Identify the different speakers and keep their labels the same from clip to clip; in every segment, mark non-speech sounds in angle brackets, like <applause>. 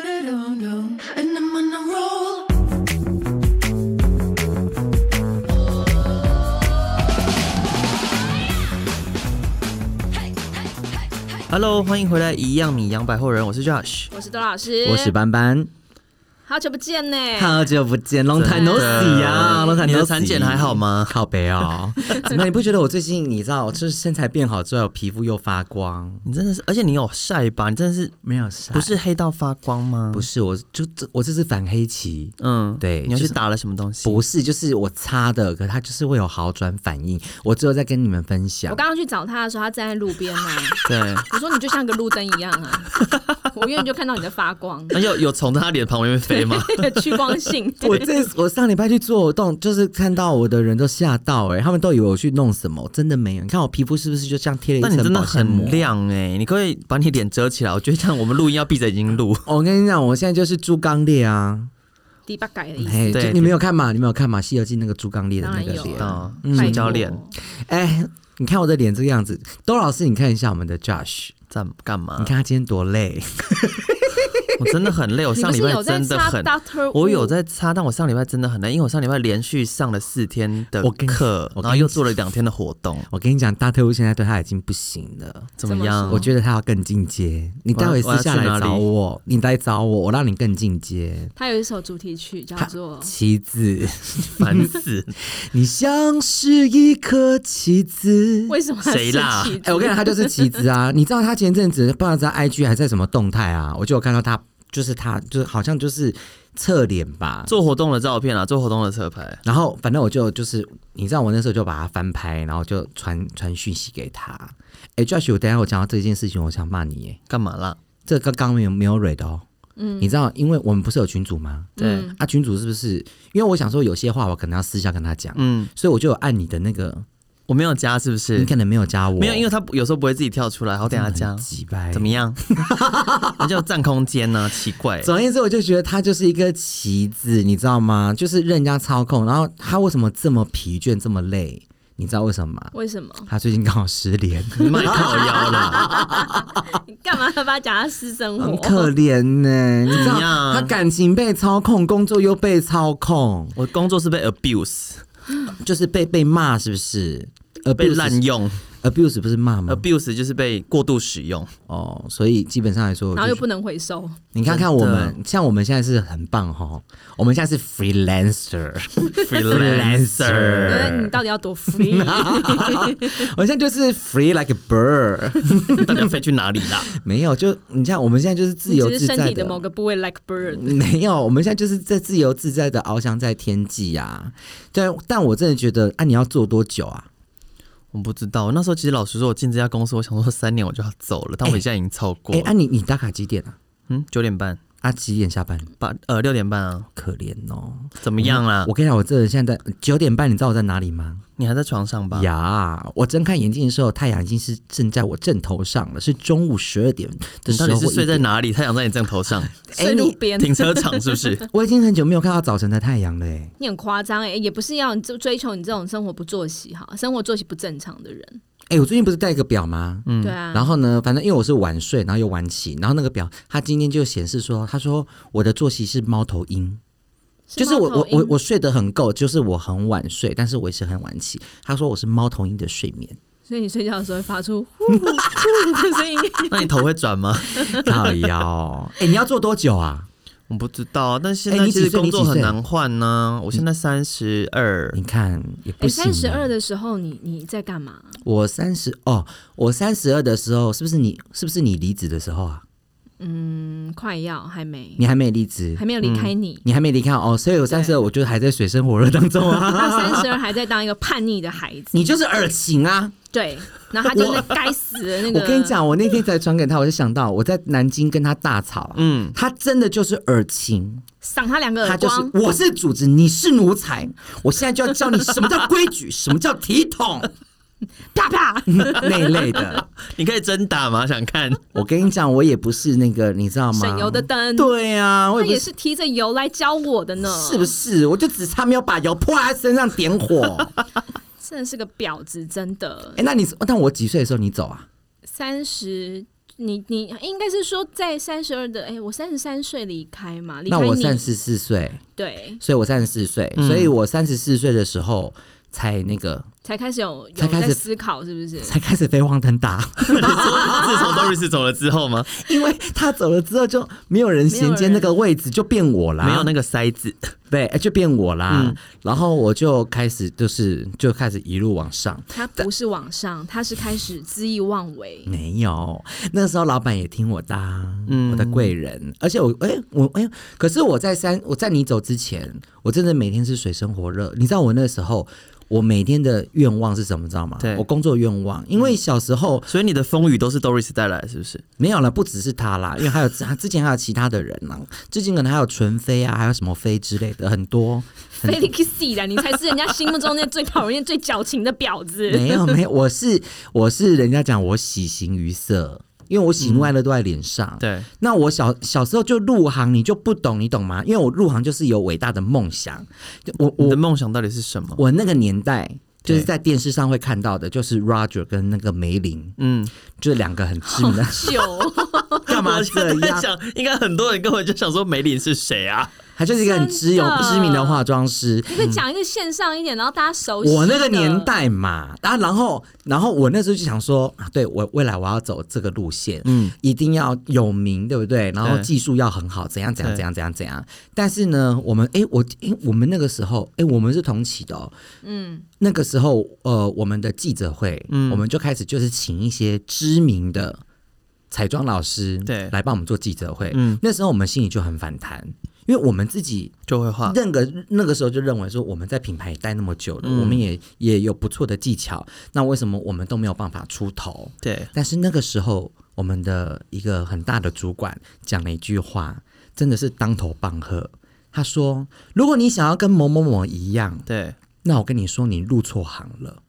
Speaker 1: And I'm on a roll.
Speaker 2: 哈喽，欢迎回来，一样米阳百货人，我是 Josh，
Speaker 3: 我是多老师，
Speaker 4: 我是斑斑，
Speaker 3: 好久不见呢。
Speaker 4: 好久不见，long time no see 啊，long time no see。
Speaker 2: 你的产检还好吗
Speaker 4: 靠北哦，那你不觉得我最近你知道，就是身材变好之后，皮肤又发光？
Speaker 2: 你真的是，而且你有晒吧？你真的是
Speaker 4: 没有晒
Speaker 2: 不
Speaker 4: 不是
Speaker 2: 是黑到发光吗？
Speaker 4: 不
Speaker 2: 是，
Speaker 4: 是，我就这我这是反黑旗，
Speaker 2: 嗯
Speaker 4: 对
Speaker 2: 你要去
Speaker 4: 就是
Speaker 2: 打了什么东西？
Speaker 4: 不是就是我擦的，可它就是会有好转反应。我只有在跟你们分享
Speaker 3: 我，刚刚去找他的时候，他站在路边
Speaker 4: <laughs>
Speaker 3: 啊。
Speaker 2: 对，
Speaker 3: 我说你就像个路灯一样啊，我远远就看到你在发
Speaker 4: <laughs>
Speaker 3: 光，
Speaker 2: <laughs>
Speaker 3: <laughs>
Speaker 2: 那有有从他脸旁边飞吗？
Speaker 3: 趋光性。
Speaker 4: 我这我上礼拜去做活动，就是看到我的人都吓到哎、欸他们都以为我去弄什么，真的没有。你看我皮肤是不是就像贴了
Speaker 2: 那
Speaker 4: 一
Speaker 2: 你
Speaker 4: 层
Speaker 2: 真的
Speaker 4: 保鲜膜
Speaker 2: 很？亮哎、你可不可以把你脸遮起来。我觉得这样我们录音要闭着眼睛录。
Speaker 4: 哦我跟你讲，我现在就是猪刚烈啊。
Speaker 3: 第八改的意思，
Speaker 4: 哎，
Speaker 2: 对
Speaker 4: 就你没有看嘛？你没有看嘛？《西游记》那个猪刚鬣的
Speaker 3: 当
Speaker 4: 那
Speaker 3: 然
Speaker 4: 个
Speaker 3: 有
Speaker 4: 脸，
Speaker 3: 啊
Speaker 2: 啊，塑胶
Speaker 3: 拜托
Speaker 2: 脸
Speaker 4: 哎，你看我的脸这个样子，窦老师，你看一下我们的 Josh，
Speaker 2: 干干嘛
Speaker 4: 你？看他今天多累，
Speaker 2: 我真的很累，
Speaker 4: <laughs>
Speaker 2: 我
Speaker 3: 你
Speaker 2: 上
Speaker 3: 不
Speaker 2: 礼
Speaker 3: 是
Speaker 2: 拜
Speaker 3: 有在
Speaker 2: 真的
Speaker 3: 擦
Speaker 2: 很。
Speaker 3: Doctor？
Speaker 2: 我有在擦，但我上礼拜真的很累，因为我上礼拜连续上了四天的
Speaker 4: 我跟你
Speaker 2: 课，
Speaker 4: 我跟你
Speaker 2: 然后又做了两天的活动，
Speaker 4: 我跟你讲，大特务现在对他已经不行了。
Speaker 2: 怎么
Speaker 3: 怎么
Speaker 2: 样？
Speaker 3: 说
Speaker 4: 我觉得他要更进阶，你待会
Speaker 2: 嗯我要
Speaker 4: 私下
Speaker 2: 我要去哪里
Speaker 4: 来找我，你来找我，我让你更进阶。
Speaker 3: 他有一首主题曲叫
Speaker 4: 他
Speaker 3: 做
Speaker 4: 棋子，
Speaker 2: 烦死！
Speaker 4: 你像是一颗棋子。
Speaker 3: 《<laughs> 为什么是
Speaker 2: 谁啦
Speaker 3: 棋子
Speaker 4: 哎、我跟你讲，他就是棋子啊！你知道他前阵子不知道在 IG 还在什么动态啊？我就有看到他，就是他，就是好像就是侧脸吧，
Speaker 2: 做活动的照片啊，做活动的车牌，
Speaker 4: 然后反正我就就是，你知道我那时候就把它翻拍，然后就传传讯息给他。哎，Josh，我等一下我讲到这件事情，我想骂你耶，
Speaker 2: 干嘛啦？
Speaker 4: 这个刚刚没有没有蕊的哦。嗯，你知道，因为我们不是有群主吗？
Speaker 2: 对，
Speaker 4: 啊，群主是不是？因为我想说有些话我可能要私下跟他讲，
Speaker 2: 嗯，
Speaker 4: 所以我就有按你的那个，
Speaker 2: 我没有加，是不是
Speaker 4: 你？可能没有加我，哎
Speaker 2: 没有，因为他不有时候不会自己跳出来，好，等一下加。
Speaker 4: 几百
Speaker 2: 怎么样？那就占空间呢、奇
Speaker 4: <laughs>
Speaker 2: 怪。
Speaker 4: 总而言之，我就觉得他就是一个棋子，你知道吗？就是任人家操控。然后他为什么这么疲倦，这么累？你知道为什么吗？
Speaker 3: 为什么？
Speaker 4: 他最近刚好失联。
Speaker 2: 你卖靠腰啦，
Speaker 3: 你干嘛要把他讲他私生活？
Speaker 4: 很可怜呢、你知道
Speaker 2: 怎样
Speaker 4: 他感情被操控，工作又被操控，
Speaker 2: 我工作是被 abuse，
Speaker 4: 就是被被骂，是不是？呃，
Speaker 2: 被滥用
Speaker 4: ，abuse 不是骂吗？
Speaker 2: ，abuse 就是被过度使用。
Speaker 4: 哦，所以基本上来说，
Speaker 3: 呃然后
Speaker 4: 我
Speaker 3: 又
Speaker 4: 就
Speaker 3: 不能回收，
Speaker 4: 你看看我们，像我们现在是很棒哈，我们现在是 freelancer，freelancer，
Speaker 3: 觉得你到底要多 free？
Speaker 4: <laughs> 我现在就是 free like a bird， <laughs>
Speaker 2: 到底要飞去哪里啦？
Speaker 4: 没有，就你像我们现在就是自
Speaker 3: 你
Speaker 4: 由
Speaker 3: 只是
Speaker 4: 自
Speaker 3: 身
Speaker 4: 在哎
Speaker 3: 体的某个部位 like bird。
Speaker 4: <laughs> 没有，我们现在就是在自由自在的翱翔在天际啊。但但我真的觉得，啊，你要做多久啊？
Speaker 2: 我不知道。那时候其实老实说，我进这家公司，我想说三年我就要走了，但我现在已经超过
Speaker 4: 哎、
Speaker 2: 了。
Speaker 4: 啊你你打卡几点啊？
Speaker 2: 嗯，九点半，
Speaker 4: 啊几点下班？
Speaker 2: 八呃六点半啊，
Speaker 4: 可怜哦，
Speaker 2: 怎么样啦？
Speaker 4: 我跟你讲，我这人现在在九点半，你知道我在哪里吗？
Speaker 2: 你还在床上吧？
Speaker 4: 呀，我睁开眼睛的时候，太阳已经是正在我正头上了，是中午十二点的
Speaker 2: 你
Speaker 4: 时
Speaker 2: 到
Speaker 4: 候。
Speaker 2: 底是睡在
Speaker 4: 我一？
Speaker 2: 哪里？太阳在你正头上，
Speaker 3: 睡路边，
Speaker 2: 停车场是不是？
Speaker 4: <laughs> 我已经很久没有看到早晨的太阳了、
Speaker 2: 嗯
Speaker 4: 欸。
Speaker 3: 你很夸张哎，也不是要你追追求你这种生活不作息哈，生活作息不正常的人，
Speaker 4: 哎、我最近不是戴一个表吗？嗯。
Speaker 3: 对啊。
Speaker 4: 然后呢，反正因为我是晚睡，然后又晚起，然后那个表它今天就显示说，他说我的作息是猫头鹰。就是我我我我
Speaker 3: 我，
Speaker 4: 睡得很够，就是我很晚睡，但是我也是很晚起。他说我是猫头鹰的睡眠，
Speaker 2: <laughs>
Speaker 3: 所以你睡觉的时候会发出
Speaker 4: <laughs>
Speaker 3: 呼呼呼的声音。
Speaker 2: 那你头会转吗？
Speaker 4: 靠腰。哎、你要做多久啊？
Speaker 2: 我不知道啊，但现
Speaker 4: 哎
Speaker 2: 在
Speaker 4: 你
Speaker 2: 其
Speaker 4: 几
Speaker 2: 实
Speaker 4: 岁
Speaker 2: 工
Speaker 4: 你
Speaker 2: 作
Speaker 4: 几
Speaker 2: 很
Speaker 4: 岁
Speaker 2: 难换呢、我现在三十二，
Speaker 4: 你看也不
Speaker 3: 哎，
Speaker 4: 行、啊
Speaker 3: 三十二，的时候你你在干嘛？
Speaker 4: 我三十哦，我三十二的时候，是不是你是不是你离职的时候啊？
Speaker 3: 嗯，快要还没
Speaker 4: 你嗯还没离职
Speaker 3: 还，没有离开你，
Speaker 4: 你还没离开哦，所以我三十二我就还在水深火热当中
Speaker 3: <laughs>
Speaker 4: 啊。
Speaker 3: 他三十二还在当一个叛逆的孩
Speaker 4: <laughs>
Speaker 3: 子，
Speaker 4: 你就是耳情啊！
Speaker 3: 对，然后他就是该死的那个。
Speaker 4: 我跟你，讲，我那天才传给他，我就想到我在南京跟他大吵，嗯，他真的就是耳情。
Speaker 3: 赏他两个
Speaker 4: 他
Speaker 3: 耳
Speaker 4: 就是
Speaker 3: 光，
Speaker 4: 我是主子，你是奴才，我现在就要教你什么叫规矩，什么叫体统 <laughs>
Speaker 3: 啪啪。
Speaker 4: 那一类的。
Speaker 2: 你可以真打吗？想看？
Speaker 4: 我跟你讲，我也不是那个，你知道吗？
Speaker 3: 省油的灯
Speaker 4: 对啊，我
Speaker 3: 他
Speaker 4: 也
Speaker 3: 也
Speaker 4: 不是，
Speaker 3: 是提着油来教我的呢，
Speaker 4: 是不是？我就只差没有把油泼在他身上点火。
Speaker 3: 真的是个婊子，真的
Speaker 4: 哎、。那你那我几岁的时候你走啊？
Speaker 3: 三十你你应该是说在三十二的，哎、我三十三岁离开嘛，离开
Speaker 4: 那我
Speaker 3: 你
Speaker 4: 三十四岁，
Speaker 3: 对
Speaker 4: 所以我三十四岁，
Speaker 2: 嗯
Speaker 4: 所以我三十四岁的时候才那个
Speaker 3: 才开始有有
Speaker 4: 才开
Speaker 3: 在
Speaker 4: 始
Speaker 3: 思考，是不是？
Speaker 4: 才开始飞黄腾达，
Speaker 2: 自从 Doris 走了之后吗？
Speaker 4: 因为他走了之后就没有人衔
Speaker 3: 没有
Speaker 4: 接
Speaker 3: 人
Speaker 4: 那个位置，就变我啦，
Speaker 2: 没有那个塞子，
Speaker 4: 对，哎就变我啦。
Speaker 2: 嗯
Speaker 4: 然后我就开始就是就开始一路往上，
Speaker 3: 他不是往上，他是开始恣意妄为。
Speaker 4: 没有，那时候老板也听我的啊、
Speaker 2: 嗯
Speaker 4: 我的贵人，而且我哎、我哎、可是我在三我在你走之前，我真的每天是水深火热。你知道我那时候我每天的愿望是什么？你知道吗
Speaker 2: 对？嗯
Speaker 4: 我工作愿望，因为小时候
Speaker 2: 所以你的风雨都是 Doris 带来的，是不是？
Speaker 4: 没有了，不只是他啦，因为还有之之前还有其他的人呢、最近可能还有纯飞啊，还有什么飞之类的，很多。很多
Speaker 3: Felix C 啊啦，你才是人家心目中那最讨人厌、最矫情的婊
Speaker 4: <laughs>
Speaker 3: 子。
Speaker 4: 没有没有，我是我是人家讲我喜形于色，因为我喜怒哀乐都在脸上。
Speaker 2: 对，
Speaker 4: 那我小小时候就入行，你就不懂，你懂吗？因为我入行就是有伟大的梦想，就我
Speaker 2: 你的
Speaker 4: 我
Speaker 2: 梦想到底是什么？
Speaker 4: 我那个年代。
Speaker 2: 对
Speaker 4: 就是在电视上会看到的，就是 Roger 跟那个梅林，
Speaker 2: 嗯，
Speaker 4: 就是两个很知
Speaker 2: <laughs>
Speaker 4: 名的。
Speaker 3: 秀，
Speaker 4: 干嘛
Speaker 2: 我现在
Speaker 4: 这样
Speaker 2: 想，应该很多人根本就想说梅林是谁啊？
Speaker 4: 他就是一个很知有
Speaker 3: 真的
Speaker 4: 知名的化妆师。
Speaker 3: 你可以讲一个线上一点，然后大家熟悉。
Speaker 4: 我那个年，代嘛，啊，然后，然后我那时候就想说，啊对我未来我要走这个路线，
Speaker 2: 嗯，
Speaker 4: 一定要有名，对不对？然后
Speaker 2: 对
Speaker 4: 技术要很好，怎样怎样
Speaker 2: 对
Speaker 4: 怎样怎样怎样。但是呢，我们哎，我哎，我们那个时候哎，我们是同期的哦。
Speaker 3: 嗯，
Speaker 4: 那个时候，呃，我们的记者会，
Speaker 2: 嗯
Speaker 4: 我们就开始就是请一些知名的彩妆老师，
Speaker 2: 对
Speaker 4: 来帮我们做记者会。
Speaker 2: 嗯
Speaker 4: 那时候我们心里就很反弹，因为我们自己
Speaker 2: 就会画，
Speaker 4: 那个那个时候就认为说，我们在品牌待那么久了，
Speaker 2: 嗯
Speaker 4: 我们也也有不错的技巧，那为什么我们都没有办法出头？
Speaker 2: 对，
Speaker 4: 但是那个时候，我们的一个很大的主管讲了一句话，真的是当头棒喝。他说：“如果你想要跟某某某一样，
Speaker 2: 对。
Speaker 4: 那我跟你说，你入错行了。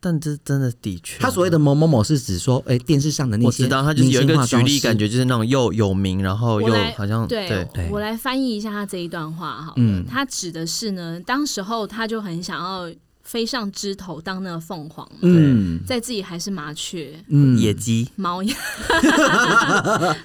Speaker 2: 但这真的的确，
Speaker 4: 他所谓的某某某是指说，哎、电视上的那
Speaker 2: 我
Speaker 4: 些
Speaker 2: 知道，他就是有一
Speaker 4: 明星
Speaker 2: 个
Speaker 4: 化
Speaker 2: 举
Speaker 4: 妆
Speaker 2: 例，
Speaker 4: 师
Speaker 2: 感觉就是那种又有名，然后
Speaker 3: 我
Speaker 2: 又
Speaker 3: 来
Speaker 2: 好像
Speaker 3: 对
Speaker 2: 对，
Speaker 4: 对
Speaker 3: 我来翻译一下他这一段话哈。
Speaker 4: 嗯
Speaker 3: 嗯，他指的是呢，当时候他就很想要飞上枝头当那个凤凰嘛，
Speaker 4: 嗯
Speaker 3: 在自己还是麻雀。
Speaker 4: 嗯，
Speaker 2: 野鸡
Speaker 3: 毛也 <laughs>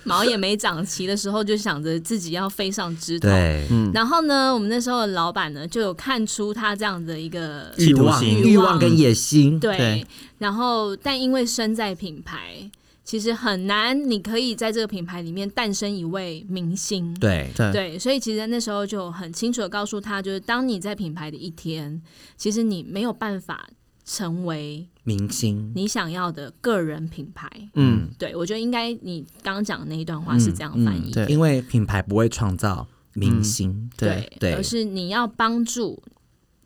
Speaker 3: 毛也没长齐的时候，就想着自己要飞上枝头。
Speaker 4: 对，
Speaker 3: 然后呢，我们那时候的老板呢，就有看出他这样的一个
Speaker 2: 企
Speaker 4: 欲
Speaker 2: 图
Speaker 4: 望、
Speaker 2: 心
Speaker 4: 欲望跟野心，
Speaker 3: 对，
Speaker 2: 对
Speaker 3: 然后但因为身在品牌，其实很难，你可以在这个品牌里面诞生一位明星。
Speaker 4: 对
Speaker 2: 对
Speaker 3: 对所以其实那时候就很清楚的告诉他，就是当你在品牌的一天，其实你没有办法成为
Speaker 4: 明星，
Speaker 3: 你想要的个人品牌。
Speaker 2: 嗯，
Speaker 3: 对，我觉得应该你刚刚讲的那一段话是这样翻
Speaker 2: 嗯
Speaker 3: 译。
Speaker 2: 对
Speaker 4: 因为品牌不会创造明星，
Speaker 2: 对
Speaker 4: 对
Speaker 3: 而是你要帮助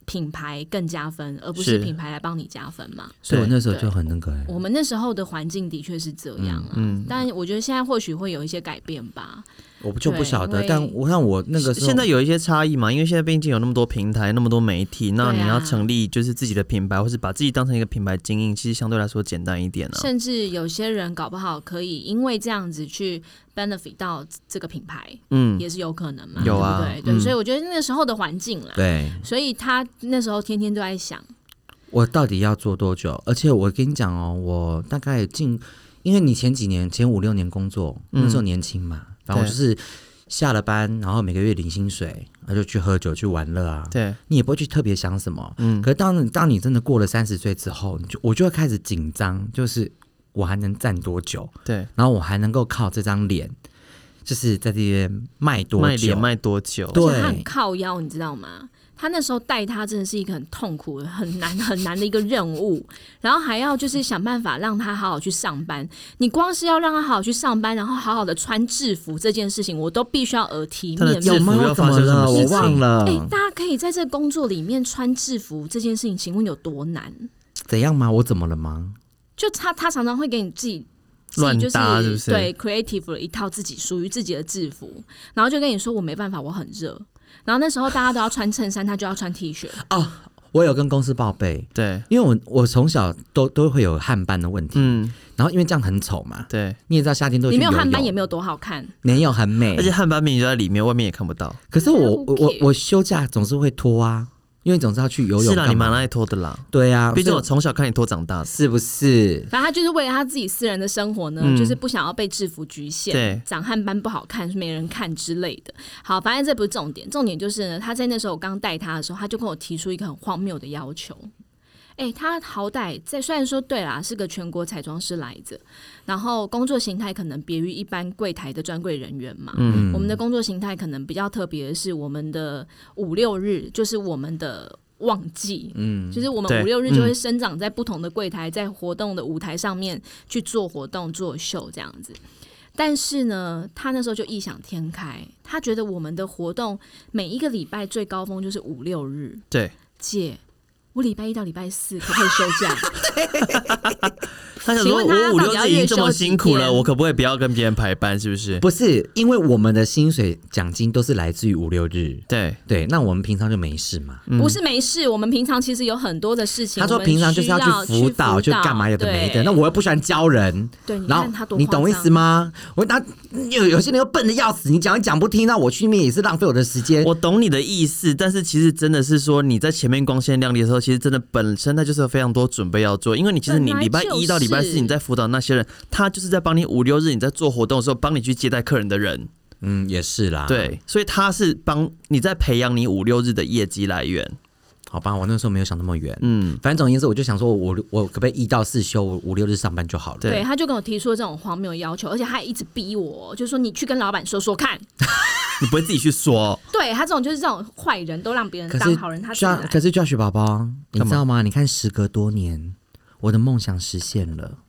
Speaker 3: 品牌更加分，而不
Speaker 2: 是
Speaker 3: 是品牌来帮你加分嘛。
Speaker 4: 所以我那时候
Speaker 3: 对
Speaker 4: 就很那个、
Speaker 3: 我们那时候的环境的确是这样啊，
Speaker 2: 嗯嗯
Speaker 3: 但我觉得现在或许会有一些改变吧。
Speaker 4: 我就不晓得，
Speaker 3: 对
Speaker 4: 但我看我那个时候
Speaker 2: 现在有一些差异嘛，因为现在毕竟有那么多平台，那么多媒体，那
Speaker 3: 对啊
Speaker 2: 你要成立就是自己的品牌，或是把自己当成一个品牌经营，其实相对来说简单一点啊。
Speaker 3: 甚至有些人搞不好可以因为这样子去 benefit 到这个品牌，
Speaker 2: 嗯，
Speaker 3: 也是有可能嘛，
Speaker 2: 有啊
Speaker 3: 对不对？
Speaker 2: 嗯
Speaker 3: 对，所以我觉得那时候的环境啦，
Speaker 4: 对
Speaker 3: 所以他那时候天天都在想，
Speaker 4: 我到底要做多久？而且我跟你讲哦，我大概近，因为你前几年前五六年工作，
Speaker 2: 嗯
Speaker 4: 那时候年轻嘛，然后我
Speaker 2: 对
Speaker 4: 就是下了班，然后每个月领薪水，然后就去喝酒去玩乐啊，
Speaker 2: 对，
Speaker 4: 你也不会去特别想什么。
Speaker 2: 嗯
Speaker 4: 可，是当你当你真的过了三十岁之后，你就我就会开始紧张，就是我还能站多久？
Speaker 2: 对，
Speaker 4: 然后我还能够靠这张脸，就是在这边卖多久？
Speaker 2: 卖脸卖多久？
Speaker 4: 对
Speaker 3: 而且他很靠腰，你知道吗？他那时候带他真的是一个很痛苦、很难、很难的一个任务，然后还要就是想办法让他好好去上班。你光是要让他好好去上班，然后好好的穿制服这件事情，我都必须要耳提
Speaker 2: 他的
Speaker 3: 面
Speaker 2: 制
Speaker 4: 有
Speaker 3: 命。
Speaker 4: 吗？
Speaker 2: 制服
Speaker 4: 我
Speaker 2: 要
Speaker 4: 怎
Speaker 2: 发
Speaker 4: 么
Speaker 2: 生什么
Speaker 4: 了？我
Speaker 2: 事情
Speaker 4: 忘了。
Speaker 3: 哎、大家可以在这个工作里面穿制服这件事情，请问有多难？
Speaker 4: 怎样吗？我怎么了吗？
Speaker 3: 就他他常常会给你自己。自
Speaker 2: 乱
Speaker 3: 己就是
Speaker 2: 搭是不是
Speaker 3: 对 creative 的一套自己属于自己的制服，然后就跟你说我没办法，我很热。然后那时候大家都要穿衬衫，他就要穿 T 恤。
Speaker 4: 我有跟公司报备，
Speaker 2: 对，
Speaker 4: 因为我我从小都都会有汗斑的问题，
Speaker 2: 嗯，
Speaker 4: 然后因为这样很丑嘛，
Speaker 2: 对，
Speaker 4: 你也知道夏天都
Speaker 3: 你没有汗斑也
Speaker 4: 没
Speaker 3: 没有多好看，
Speaker 4: 没有很美
Speaker 2: 而，且汉班明明就在里面，外面也看不到。
Speaker 3: 哎
Speaker 4: 可是我我
Speaker 3: Who
Speaker 4: 我
Speaker 3: cares？
Speaker 4: 我休假总是会脱啊，因为你总是要去游泳
Speaker 2: 是啦，
Speaker 4: 干
Speaker 2: 你蛮
Speaker 4: 嘛。
Speaker 2: 爱拖的啦，
Speaker 4: 对啊，
Speaker 2: 毕竟我
Speaker 4: 所以
Speaker 2: 从小看你拖长大的。
Speaker 4: 是不是？
Speaker 3: 反正他就是为了他自己私人的生活呢，就是不想要被制服局限，
Speaker 2: 对
Speaker 3: 长汗斑不好看，没人看之类的。好，反正这不是重点，重点就是呢，他在那时候我刚带他的时候，他就跟我提出一个很荒谬的要求。哎、他好歹在虽然说对啦，是个全国彩妆师来着，然后工作形态可能别于一般柜台的专柜人员嘛。嗯，我们的工作形态可能比较特别的是，我们的五六日就是我们的旺季，嗯，就是我们
Speaker 2: 对
Speaker 3: 五六日就会生长在不同的柜台，在活动的舞台上面去做活动、做秀这样子。但是呢，他那时候就异想天开，他觉得我们的活动每一个礼拜最高峰就是五六日，
Speaker 2: 对，
Speaker 3: 姐，我礼拜一到礼拜四可不可以休假？
Speaker 2: 他想
Speaker 3: 请
Speaker 2: 说，
Speaker 3: 问他
Speaker 2: 我五
Speaker 3: 到底
Speaker 2: 六
Speaker 3: 要
Speaker 2: 日已经
Speaker 3: 月
Speaker 2: 这么
Speaker 3: 休几
Speaker 2: 辛苦了，
Speaker 3: 天
Speaker 2: 我可不可以不要跟别人排班？是不是？
Speaker 4: 不是，因为我们的薪水奖金都是来自于五六日，
Speaker 2: 对，
Speaker 4: 对，那我们平常就没事嘛。
Speaker 3: 不是没事，我们平常其实有很多的事情。
Speaker 4: 嗯他说
Speaker 3: 我们
Speaker 4: 平常就是
Speaker 3: 需要
Speaker 4: 去辅导，就干嘛有的没的。那我又不喜欢教人，
Speaker 3: 对你
Speaker 4: 然
Speaker 3: 嗯看他
Speaker 4: 后
Speaker 3: 多
Speaker 4: 你懂我意思
Speaker 3: 吗？
Speaker 4: 吗？我那有有些人又笨的要死，你讲一讲不听，那我去那边也是浪费我的时间。
Speaker 2: 我懂你的意思，但是其实真的是说你在前面光鲜亮丽的时候，其实真的本身它就是有非常多准备要做，因为你其实你
Speaker 3: 本来
Speaker 2: 礼拜
Speaker 3: 就
Speaker 2: 一到礼拜
Speaker 3: 是
Speaker 2: 四你在辅导那些人，他就是在帮你五六日你在做活动的时候帮你去接待客人的人，
Speaker 4: 嗯，也是
Speaker 3: 啊
Speaker 4: 啦。，
Speaker 2: 对，所以他是帮你在培养你五六日的业绩来源，
Speaker 4: 好吧，我那时候没有想那么远。
Speaker 2: 嗯，
Speaker 4: 反正总而言之，我就想说我，我可不可以一到四休，我五六日上班就好了。
Speaker 2: 对
Speaker 3: 对，他就跟我提出了这种荒谬的要求，而且他还一直逼我，就说你去跟老板说说看。
Speaker 2: 你不会自己去说，
Speaker 3: 对他这种就是这种坏人，都让别人
Speaker 4: 可
Speaker 3: 当
Speaker 4: 是
Speaker 3: 好人，他自己
Speaker 4: 抓，
Speaker 3: 来。
Speaker 4: 可是 Josh 宝宝，你
Speaker 2: 干
Speaker 4: 知
Speaker 2: 嘛
Speaker 4: 道吗？你看，时隔多年，我的梦想实现了。